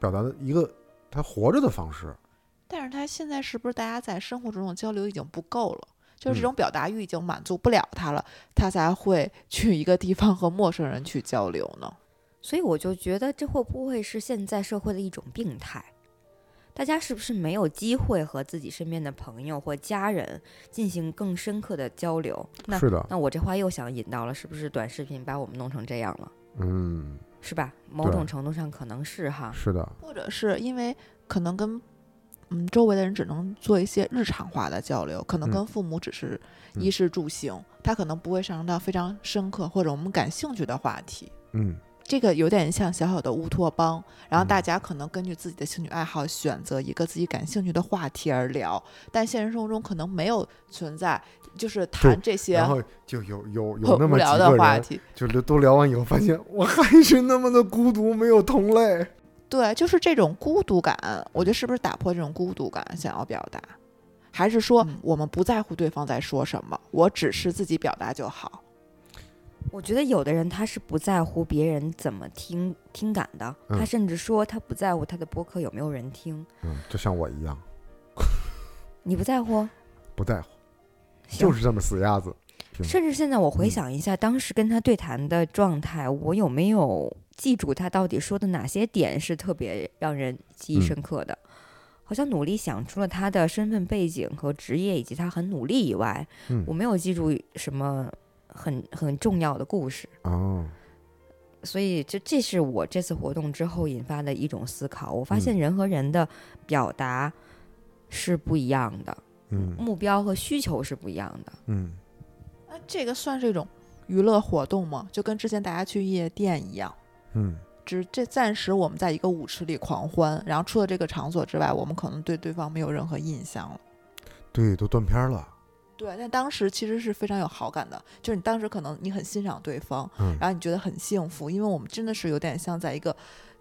表达的一个他活着的方式。
但是他现在是不是大家在生活中的交流已经不够了？就是
嗯
这种表达欲已经满足不了他了，他才会 [LAUGHS] 去一个地方和陌生人去交流呢？
所以我就觉得这会不会是现在社会的一种病态？大家是不是没有机会和自己身边的朋友或家人进行更深刻的交流？那
是的
那我这话又想引到了，是不是短视频把我们弄成这样了？
嗯，
是吧？某种
对
程度上可能是哈。
是的，
或者是因为可能跟嗯周围的人只能做一些日常化的交流，可能
嗯
跟父母只是衣食住行，他可能不会上升到非常深刻或者我们感兴趣的话题。
嗯，
这个有点像小小的乌托邦，然后大家可能根据自己的兴趣爱好选择一个自己感兴趣的话题而聊，但现实生活中可能没有存在，就是
对
谈这些
然后就有有有
很
那
无
么
聊
几
的
个
话
人
题，
就是都聊完以后发现我还是那么的孤独，没有同类。
对，就是这种孤独感，我觉得是不是打破这种孤独感想要表达，还是说
嗯
我们不在乎对方在说什么，我只是自己表达就好？
我觉得有的人他是不在乎别人怎么听听感的，
嗯
他甚至说他不在乎他的播客有没有人听，
嗯，就像我一样，
你不在乎。哦
不在乎，
行
就是嗯这么死鸭子。平
甚至现在我回想一下当时跟他对谈的状态，我有没有记住他到底说的哪些点是特别让人记忆
嗯
深刻的？好像努力想除了他的身份背景和职业以及他很努力以外，
嗯
我没有记住什么很很重要的故事。
哦，
所以这这是我这次活动之后引发的一种思考。我发
嗯
现人和人的表达是不一样的，
嗯
目标和需求是不一样的。
嗯，
那这个算是一种娱乐活动吗？就跟之前大家去夜店一样，
嗯，
只这暂时我们在一个舞池里狂欢，然后除了这个场所之外，我们可能对对方没有任何印象了。
对，都断片儿了。
对，但当时其实是非常有好感的，就是你当时可能你很欣赏对方，
嗯
然后你觉得很幸福，因为我们真的是有点像在一个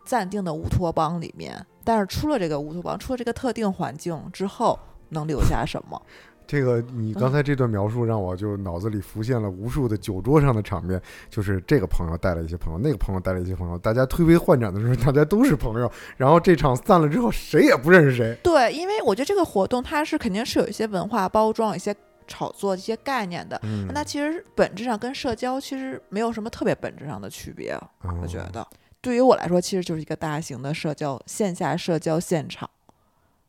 暂定的乌托邦里面，但是出了这个乌托邦，出了这个特定环境之后，能留下什么？ [LAUGHS]
这个你刚才这段描述让我就脑子里浮现了无数的酒桌上的场面，就是这个朋友带了一些朋友，那个朋友带了一些朋友，大家推杯换盏的时候，大家都是朋友，然后这场散了之后，谁也不认识谁。
对，因为我觉得这个活动它是肯定是有一些文化包装、有一些炒作、一些概念的，
嗯
那其实本质上跟社交其实没有什么特别本质上的区别，啊
哦
我
嗯
觉得。对于我来说，其实就是一个大型的社交线下社交现场。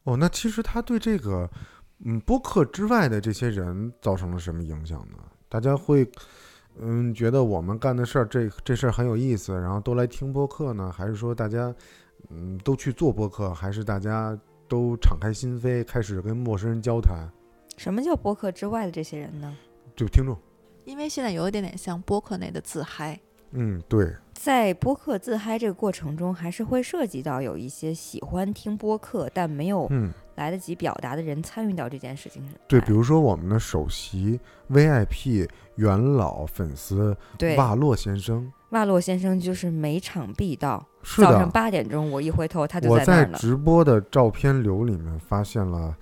哦，那其实他对这个，嗯，播客之外的这些人造成了什么影响呢？大家会，嗯，觉得我们干的事儿，这这事儿很有意思，然后都来听播客呢，还是说大家，嗯，都去做播客，还是大家都敞开心扉，开始跟陌生人交谈？
什么叫播客之外的这些人呢？
就听众，
因为现在有一点点像播客内的自嗨，
嗯，对，
在播客自嗨这个过程中，还是会涉及到有一些喜欢听播客但没有
嗯
来得及表达的人参与到这件事情上。
对，比如说我们的首席 VIP 元老粉丝
对
瓦洛先生，
瓦洛先生就是每场必到，
是的
早上八点钟我一回头他就
我
那
在
儿呢。
直播的照片流里面发现了，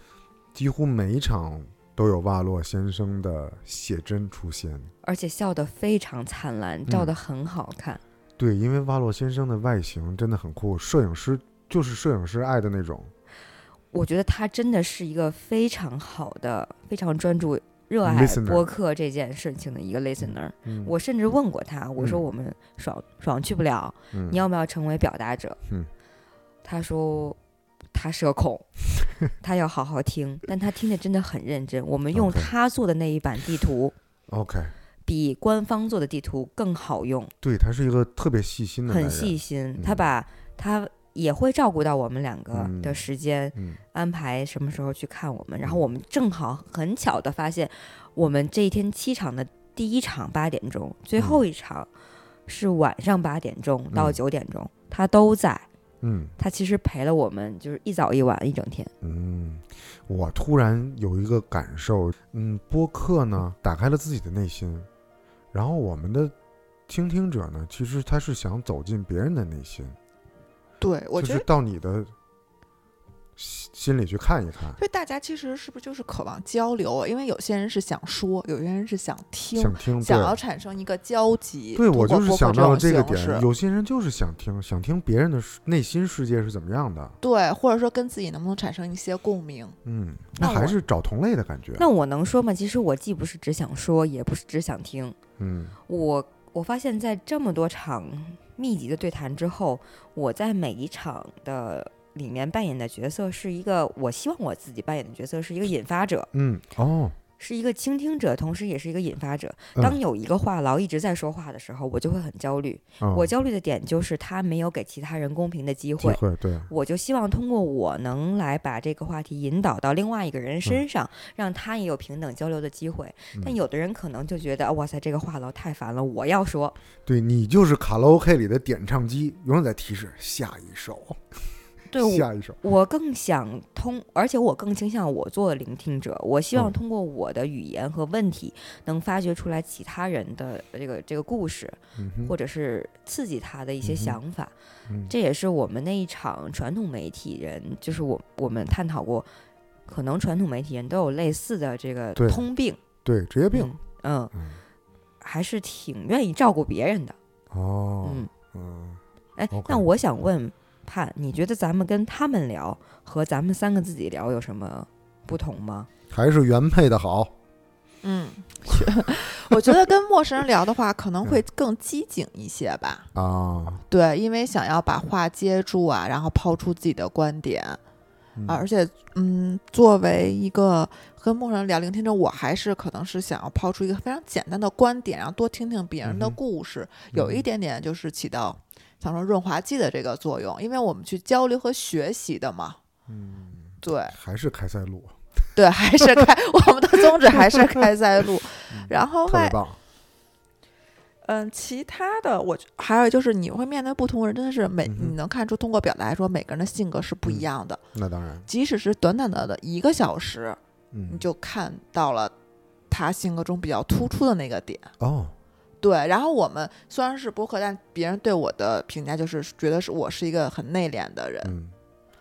几乎每一场都有瓦洛先生的写真出现。
而且笑得非常灿烂，
嗯
照得很好看。
对，因为瓦洛先生的外形真的很酷，摄影师就是摄影师爱的那种。
我觉得他真的是一个非常好的、非常专注热爱
Listener
播客这件事情的一个 listener。
嗯
我甚至问过他，我说
嗯
我们爽、爽去不了，
嗯
你要不要成为表达者？
嗯
他说他社
[LAUGHS]
恐，他要好好听，但他听的真的很认真。我们用
OK
他做的那一版地图，
OK，
比官方做的地图更好用。
对他是一个特别细心的
很
男人，
细心，
嗯
他把他也会照顾到我们两个的
嗯
时间，
嗯
安排什么时候去看我们，然后我们正好很巧的发现，我们这一天七场的第一场八点钟，最后一场是晚上八点钟到
嗯
九点钟，他都在，
嗯
他其实陪了我们就是一早一晚一整天，
嗯，我突然有一个感受，嗯，播客呢打开了自己的内心，然后我们的倾听者呢，其实他是想走进别人的内心，
对，我
就
觉
是
得。
到你的心心里去看一看，
所以大家其实是不是就是渴望交流啊？因为有些人是想说，有些人是想听，
想听对
要产生一个交集。
对，我
通过
就是
播客
想到了
这
这个
种形
点，
式
有些人就是想听，想听别人的世内心世界是怎么样的。
对，或者说跟自己能不能产生一些共鸣？
嗯，
那
那还
我
是找同类的感觉。
那我能说吗？其实我既不是只想说，也不是只想听，
嗯
我我发现，在这么多场密集的对谈之后，我在每一场的里面扮演的角色是一个，我希望我自己扮演的角色是一个引发者，
嗯哦，
是一个倾听者，同时也是一个引发者。
嗯
当有一个话痨一直在说话的时候，我就会很焦虑。
嗯
我焦虑的点就是他没有给其他人公平的机
机
会。
会对，
我就希望通过我能来把这个话题引导到另外一个人身上，让他也有平等交流的机会。但
嗯
有的人可能就觉得，哇塞，这个话痨太烦了，我要说，
对你就是卡拉 OK 里的点唱机，永远在提示下一首， [LAUGHS]
对我
下一首。
我更想通，而且我更倾向我做聆听者。我希望
嗯
通过我的语言和问题，能发掘出来其他人的这个这个故事，
嗯哼
或者是刺激他的一些
嗯哼
想法。
嗯
这也是我们那一场传统媒体人，就是我我们探讨过，可能传统媒体人都有类似的这个
对
通病，
对职业病、
嗯，还是挺愿意照顾别人的。
哦，
嗯
嗯
哎
OK
那我想问盼，你觉得咱们跟他们聊和咱们三个自己聊有什么不同吗？
还是原配的好。
嗯，我觉得跟陌生人聊的话，可能
嗯
会更机警一些吧。
啊，
对，因为想要把话接住啊，然后抛出自己的观点啊，而且，嗯，作为一个跟陌生人聊聆听者，我还是可能是想要抛出一个非常简单的观点，然后多听听别人的
嗯哼
故事，有
嗯
一
哼
点点就是起到，想说润滑剂的这个作用，因为我们去交流和学习的嘛。
嗯，
对，
还是开塞露，
对，还是开 [LAUGHS] 我们的宗旨还是开塞
[LAUGHS]
露。然后
特别
外，
棒。
嗯，其他的我觉还有就是你会面对不同人，真的是
嗯
每、你能看出通过表达来说，每个人的性格是不一样的。
那当然，
即使是短短的的一个小时，你
嗯
就看到了他性格中比较突出的那个点。
哦，
对，然后我们虽然是播客，但别人对我的评价就是觉得是我是一个很内敛的人。
嗯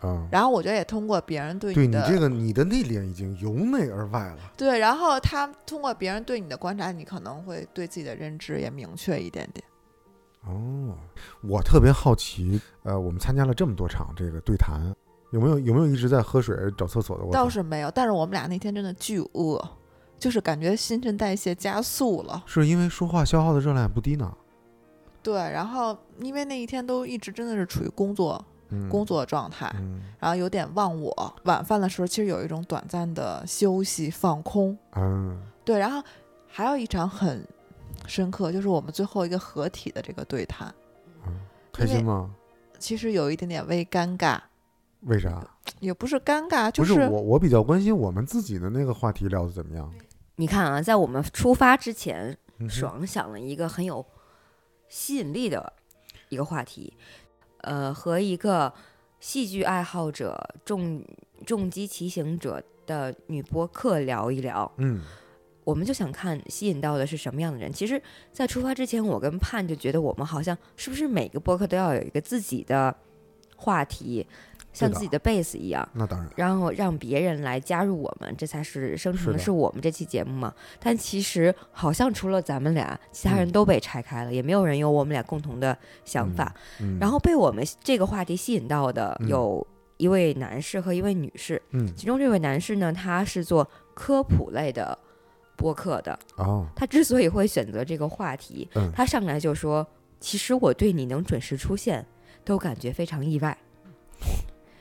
啊，
然后我觉得也通过别人对
对
的
这个你的内敛已经由内而外了。
对，然后他通过别人对你的观察，你可能会对自己的认知也明确一点点。
哦，我特别好奇，呃，我们参加了这么多场这个对谈，有没有有没有一直在喝水找厕所的？我
倒
操
是没有，但是我们俩那天真的巨饿，就是感觉新陈代谢加速了。
是因为说话消耗的热量也不低呢。
对，然后因为那一天都一直真的是处于工作、
嗯
工作状态，然后有点忘我。晚饭的时候其实有一种短暂的休息放空。
嗯，
对，然后还有一场很深刻，就是我们最后一个合体的这个对谈，
开
因为
心吗？
其实有一点点微尴尬，
为啥？
也不是尴尬，就
不是我，我比较关心我们自己的那个话题聊的怎么样。
你看啊，在我们出发之前，
嗯哼
爽想了一个很有吸引力的一个话题，呃，和一个戏剧爱好者、重重击骑行者的女播客聊一聊。
嗯，
我们就想看吸引到的是什么样的人。其实，在出发之前，我跟盼就觉得我们好像是不是每个播客都要有一个自己的话题，像
对的
自己的 base 一样。
那当然，
然后让别人来加入我们，这才是生成的
是的
是我们这期节目嘛。但其实好像除了咱们俩，其他人
嗯
都被拆开了，也没有人有我们俩共同的想法。
嗯嗯
然后被我们这个话题吸引到的
嗯
有一位男士和一位女士，
嗯
其中这位男士呢，他是做科普类的。播客的。
哦，
他之所以会选择这个话题，
嗯
他上来就说：“其实我对你能准时出现都感觉非常意外，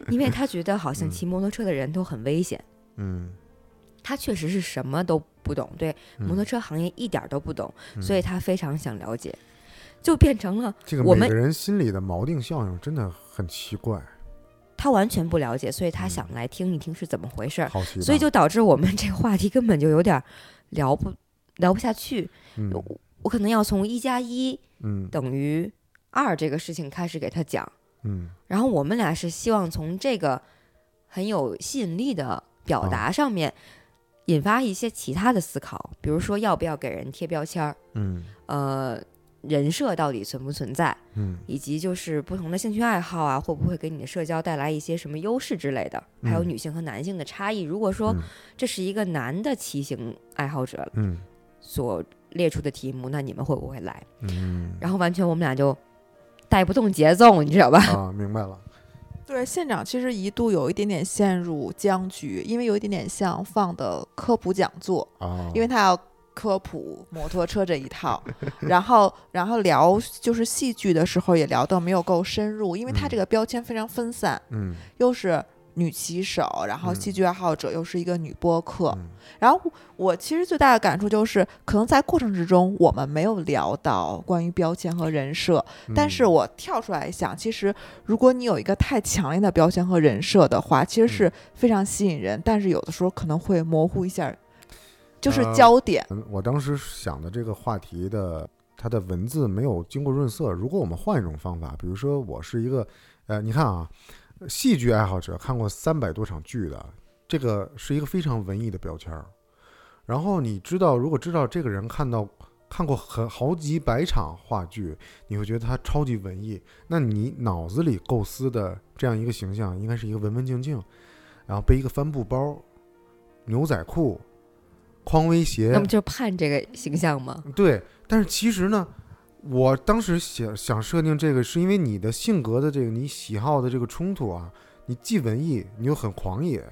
因为他觉得好像骑摩托车的人都很危险。
嗯
他确实是什么都不懂，对
嗯
摩托车行业一点儿都不懂，
嗯
所以他非常想了解，就变成了
这个
我
每
们
个人心里的锚定效应真的很奇怪。
他完全不了解，所以
嗯
他想来听一听是怎么回事儿
好奇，吧
所以就导致我们这个话题根本就有点儿聊不聊不下去。
嗯
我我可能要从一加一
嗯
等于二这个事情开始给他讲，
嗯
然后我们俩是希望从这个很有吸引力的表达上面引发一些其他的思考，比如说要不要给人贴标签儿，
嗯
呃，人设到底存不存在，
嗯
以及就是不同的兴趣爱好啊，会不会给你的社交带来一些什么优势之类的，还有
嗯
女性和男性的差异。如果说这是一个男的骑行爱好者
嗯
所列出的题目，那你们会不会来？
嗯
然后完全我们俩就带不动节奏，你知道吧？
啊，明白了。
对，县长其实一度有一点点陷入僵局，因为有一点点像放的科普讲座，
啊，
因为他要科普摩托车这一
[LAUGHS]
套，然后然后聊就是戏剧的时候也聊的没有够深入，因为他这个标签非常分散，
嗯
又是女骑手，然后戏剧爱好者，又是一个女播客。
嗯
然后我其实最大的感触就是，可能在过程之中我们没有聊到关于标签和人设，但是
嗯
我跳出来想，其实如果你有一个太强烈的标签和人设的话，其实
嗯
是非常吸引人，但是有的时候可能会模糊一下，就是
呃
焦点。
嗯，我当时想的这个话题的，它的文字没有经过润色。如果我们换一种方法，比如说我是一个，呃，你看啊，戏剧爱好者看过三百多场剧的，这个是一个非常文艺的标签儿。然后你知道，如果知道这个人看到看过很好几百场话剧，你会觉得他超级文艺。那你脑子里构思的这样一个形象，应该是一个文文静静，然后背一个帆布包、牛仔裤、匡威鞋，
那不就是盼这个形象吗？
对，但是其实呢，我当时想想设定这个，是因为你的性格的这个你喜好的这个冲突啊，你既文艺，你又很狂野，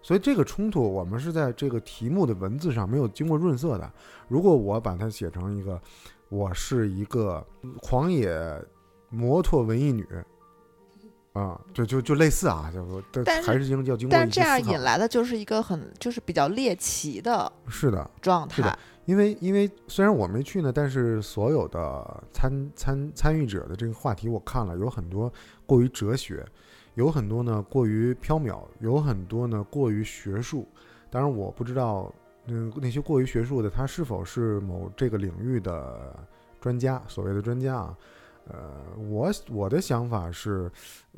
所以这个冲突我们是在这个题目的文字上没有经过润色的。如果我把它写成一个，我是一个狂野摩托文艺女。啊、就就就类似啊，就
但
还
是
是经要经过
但
一
这
些思
样
考
引来的就是一个很就是比较猎奇的
是的
状
是的
态。
因为因为虽然我没去呢，但是所有的参参参与者的这个话题我看了，有很多过于哲学，有很多呢过于缥缈，有很多呢过于学术。当然，我不知道嗯那些过于学术的他是否是某这个领域的专家，所谓的专家啊。呃，我我的想法是，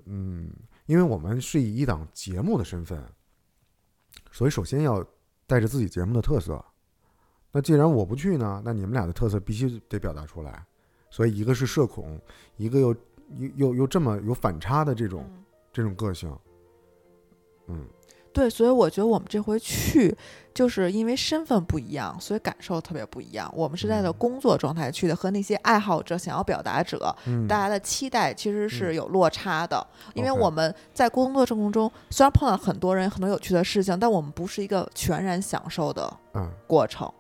嗯，因为我们是以一档节目的身份，所以首先要带着自己节目的特色。那既然我不去呢，那你们俩的特色必须得表达出来。所以一个是社恐，一个又又又又这么有反差的这种、这种个性，嗯，
对，所以我觉得我们这回去，就是因为身份不一样，所以感受特别不一样。我们是带
嗯
着工作状态去的，和那些爱好者、想要表达者，
嗯
大家的期待其实是
嗯
有落差的。因为
OK
我们在工作过程中，虽然碰到很多人、很多有趣的事情，但我们不是一个全然享受的
嗯
过程，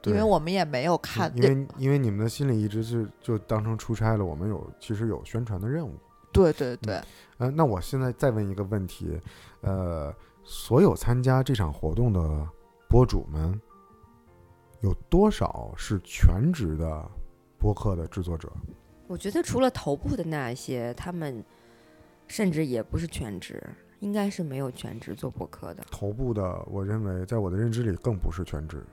对
因为我们也没有看，
因为因为你们的心里一直是就当成出差了，我们有其实有宣传的任务。
对对对，
呃，那我现在再问一个问题，呃，所有参加这场活动的博主们，有多少是全职的播客的制作者？
我觉得除了头部的那些，他们甚至也不是全职，应该是没有全职做播客的，
头部的，我认为在我的认知里更不是全职。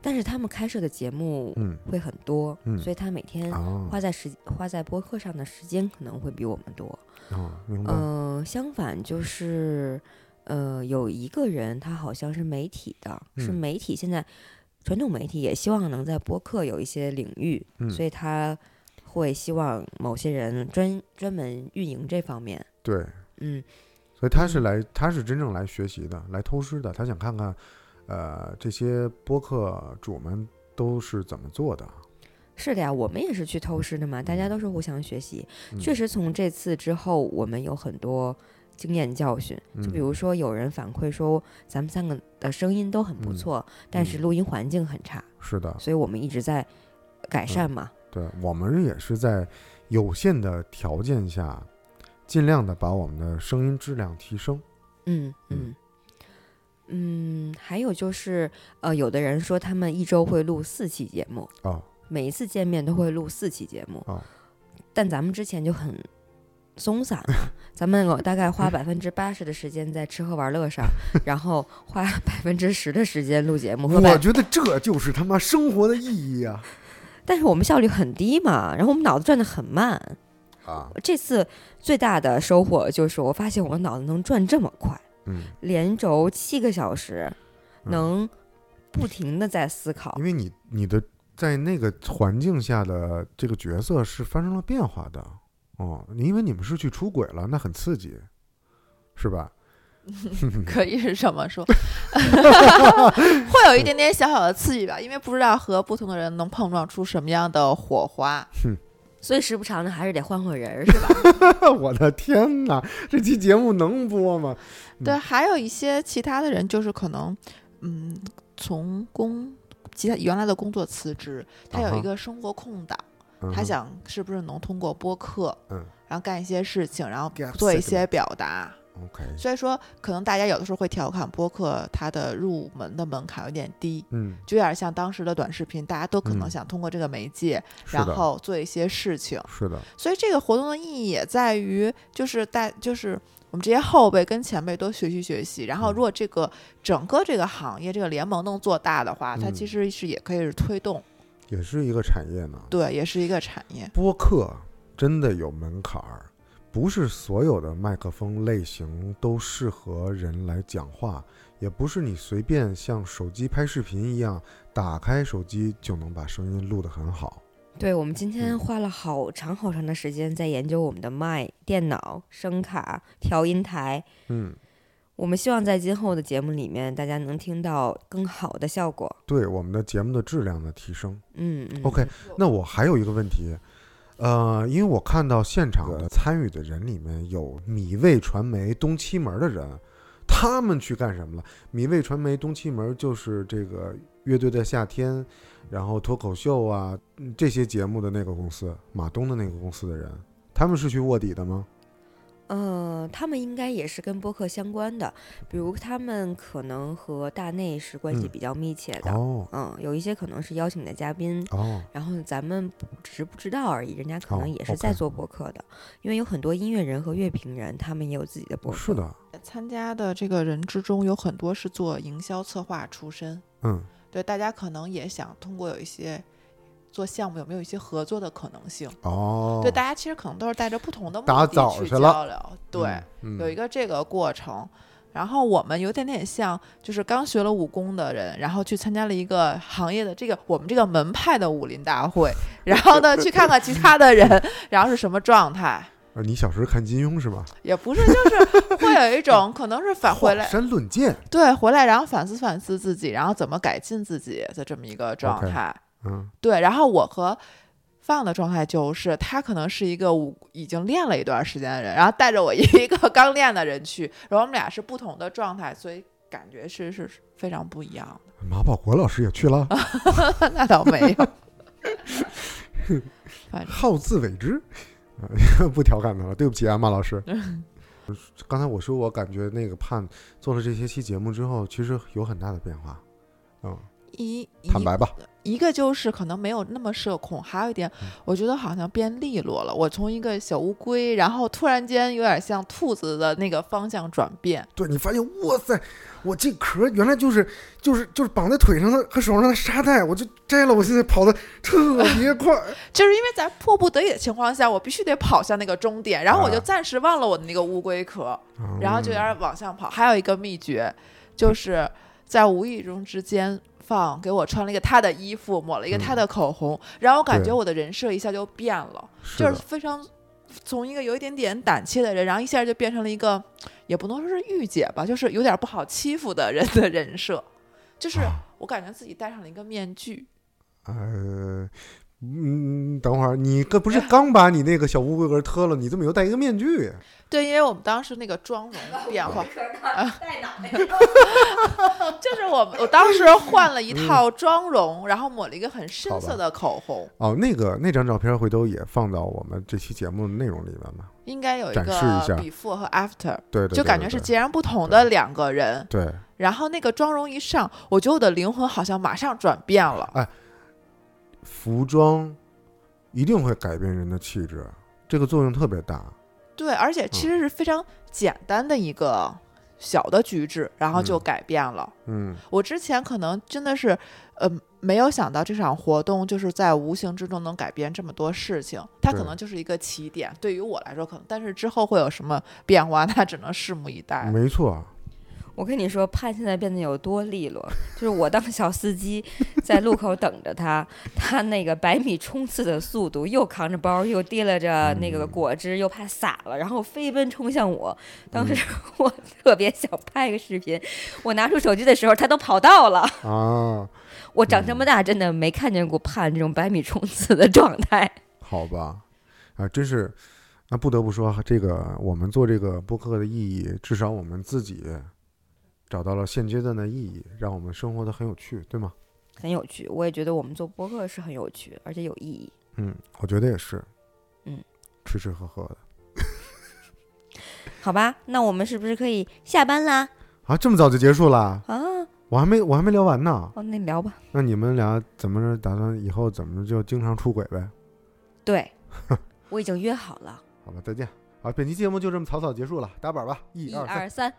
但是他们开设的节目
嗯
会很多，
嗯
所以他每天
哦
花在时、花在播客上的时间可能会比我们多。
哦，明白。
嗯、相反就是，呃，有一个人他好像是媒体的，是
嗯
媒体现在传统媒体也希望能在播客有一些领域，
嗯
所以他会希望某些人专专门运营这方面。
对，
嗯，
所以他是来，他是真正来学习的，来偷师的。他想看看，呃，这些播客主们都是怎么做的。
是的呀，我们也是去偷师的嘛，大家都是互相学习。
嗯
确实，从这次之后，我们有很多经验教训。就
嗯
比如说，有人反馈说咱们三个的声音都很不错，但是录音环境很差，
是的，
所以我们一直在改善嘛。
对我们也是在有限的条件下，尽量的把我们的声音质量提升。
嗯嗯嗯，还有就是，呃，有的人说他们一周会录四期节目，
哦，
每一次见面都会录四期节目，
哦，
但咱们之前就很松散嘛，咱们有大概花百分之八十的时间在吃喝玩乐上，然后花百分之十的时间录节目，和百
我觉得这就是他妈生活的意义啊！
但是我们效率很低嘛，然后我们脑子转得很慢。
啊，
这次最大的收获就是我发现我脑子能转这么快，
嗯，
连轴七个小时，
嗯
能不停的在思考。
因为你你的在那个环境下的这个角色是发生了变化的哦，因为你们是去出轨了，那很刺激，是吧？嗯
可以是这
[LAUGHS]
么说，会有一点点小小的刺激吧，因为不知道和不同的人能碰撞出什么样的火花。
所以时不常的还是得换换人儿，是吧？
[LAUGHS] 我的天哪，这期节目能播吗？
对，还有一些其他的人，就是可能，嗯，从工其他原来的工作辞职，他
啊
有
哈
一个生活空档，
嗯
他
哼
想是不是能通过播客，
嗯啊
然后干一些事情，然后
Get
做一
sick
些表达。
，OK，
所以说，可能大家有的时候会调侃播客它的入门的门槛有点低，
嗯
就有点像当时的短视频，大家都可能
嗯
想通过这个媒介，
是
然
的
后做一些事情。
是的，
所以这个活动的意义也在于，就是大就是我们这些后辈跟前辈多学习学习。
嗯
然后，如果这个整个这个行业这个联盟能做大的话，它
嗯
其实是也可以是推动，
也是一个产业呢。
对，也是一个产业。
播客啊真的有门槛儿，不是所有的麦克风类型都适合人来讲话，也不是你随便像手机拍视频一样打开手机就能把声音录得很好。
对，我们今天花了好长好长的时间在研究我们的麦、电脑、声卡、调音台。
嗯，
我们希望在今后的节目里面，大家能听到更好的效果。
对我们的节目的质量的提升。
嗯嗯
OK，那我还有一个问题，呃，因为我看到现场的参与的人里面有米味传媒东七门的人，他们去干什么了？米味传媒东七门就是这个乐队的夏天，然后脱口秀啊嗯这些节目的那个公司，马东的那个公司的人，他们是去卧底的吗？
呃，他们应该也是跟播客相关的，比如他们可能和大内是关系
嗯
比较密切的，
哦
嗯，有一些可能是邀请的嘉宾，
哦
然后咱们不只是不知道而已，人家可
哦
能也是在做播客的，因为有很多音乐人和乐评人，他们也有自己的播客，
是的，
参加的这个人之中，有很多是做营销策划出身，
嗯，
对，大家可能也想通过有一些做项目，有没有一些合作的可能性？
哦，
对，大家其实可能都是带着不同的目
打
的
枣
去
去
交
了
流，对，
嗯嗯
有一个这个过程。然后我们有点点像，就是刚学了武功的人，然后去参加了一个行业的这个我们这个门派的武林大会，然后呢去看看其他的人，然后是什么状态，
呃你小时候看金庸是吗？
也不是就是会有一种可能是返回来，
山论剑
对，回来然后反思反思自己，然后怎么改进自己的这么一个状
OK，
态。
嗯
对，然后我和放的状态就是，他可能是一个武已经练了一段时间的人，然后带着我 [LAUGHS] 一个刚练的人去，然后我们俩是不同的状态，所以感觉是是是非常不一样
马保国老师也去了，
的。 [LAUGHS] 那倒没有，反正
好自为之， [LAUGHS] 呃不调侃他了，对不起啊，马老师。
嗯
刚才我说，我感觉那个盼做了这些期节目之后，其实有很大的变化。嗯，
一呃
坦白吧，
一个就是可能没有那么社恐，还有一点，
嗯
我觉得好像变利落了。我从一个小乌龟，然后突然间有点像兔子的那个方向转变。
对你发现，哇塞，我这壳原来就是就是就是绑在腿上的和手上的沙袋，我就摘了，我现在跑的特别快。
就是因为在迫不得已的情况下，我必须得跑向那个终点，然后我就
啊
暂时忘了我的那个乌龟壳， [LAUGHS]
嗯
然后就有点往上跑。还有一个秘诀，就是在无意中之间放给我穿了一个他的衣服，抹了一个他的口红，然后我感觉
对
我的人设一下就变了，
嗯是
嗯
就是
的
非常从一个有一点点胆怯的人，然后一下就变成了一个也不能说是御姐吧，就是有点不好欺负的人的
啊
人设，就是我感觉自己戴上了一个面具。
呃，哎嗯，等会儿你这不是刚把你那个小乌龟壳脱了，你怎么又戴一个面具？
对，因为我们当时那个妆容变 [LAUGHS] 化，就是我我当时换了一
嗯
套妆容，然后抹了一个很深色的口红，
哦，那个那张照片回头也放到我们这期节目的内容里面吧。
应该有一
展示一下
个 before 和 after，
对对对
就感觉
对
是
对
截然不同的两个人。
对，
然后那个妆容一上，我觉得我的灵魂好像马上转变了。
哎，服装一定会改变人的气质，这个作用特别大。
对，而且
嗯
其实是非常简单的一个小的举止，然后就改变了。
嗯
我之前可能真的是，呃，没有想到这场活动就是在无形之中能改变这么多事情。它可
对
能就是一个起点，对于我来说可能，但是之后会有什么变化，那只能拭目以待。
没错，啊
我跟你说，盼现在变得有多利落，就是我当小司机在路口等着他，他那个百米冲刺的速度，又扛着包，又提拉着那个果汁，又怕洒了，然后飞奔冲向我。当时
嗯
[LAUGHS] 我特别想拍个视频，我拿出手机的时候，他都跑到了。
啊，
我长这么大真的没看见过盼这种百米冲刺的状态。
好吧，啊，真是，那不得不说，这个我们做这个播客的意义，至少我们自己找到了现阶段的意义，让我们生活的很有趣，对吗？
很有趣，我也觉得我们做播客是很有趣，而且有意义。
嗯，我觉得也是。
嗯，
吃吃喝喝的
好吧，那我们是不是可以下班啦？
啊，这么早就结束了？
啊，
我还没我还没聊完呢。
哦，那聊吧。
那你们俩怎么着打算以后怎么就经常出轨呗？ [LAUGHS]
对，我已经约好了。
好吧，再见。好，本期节目就这么草草结束了，打板吧，一
一
二
二三，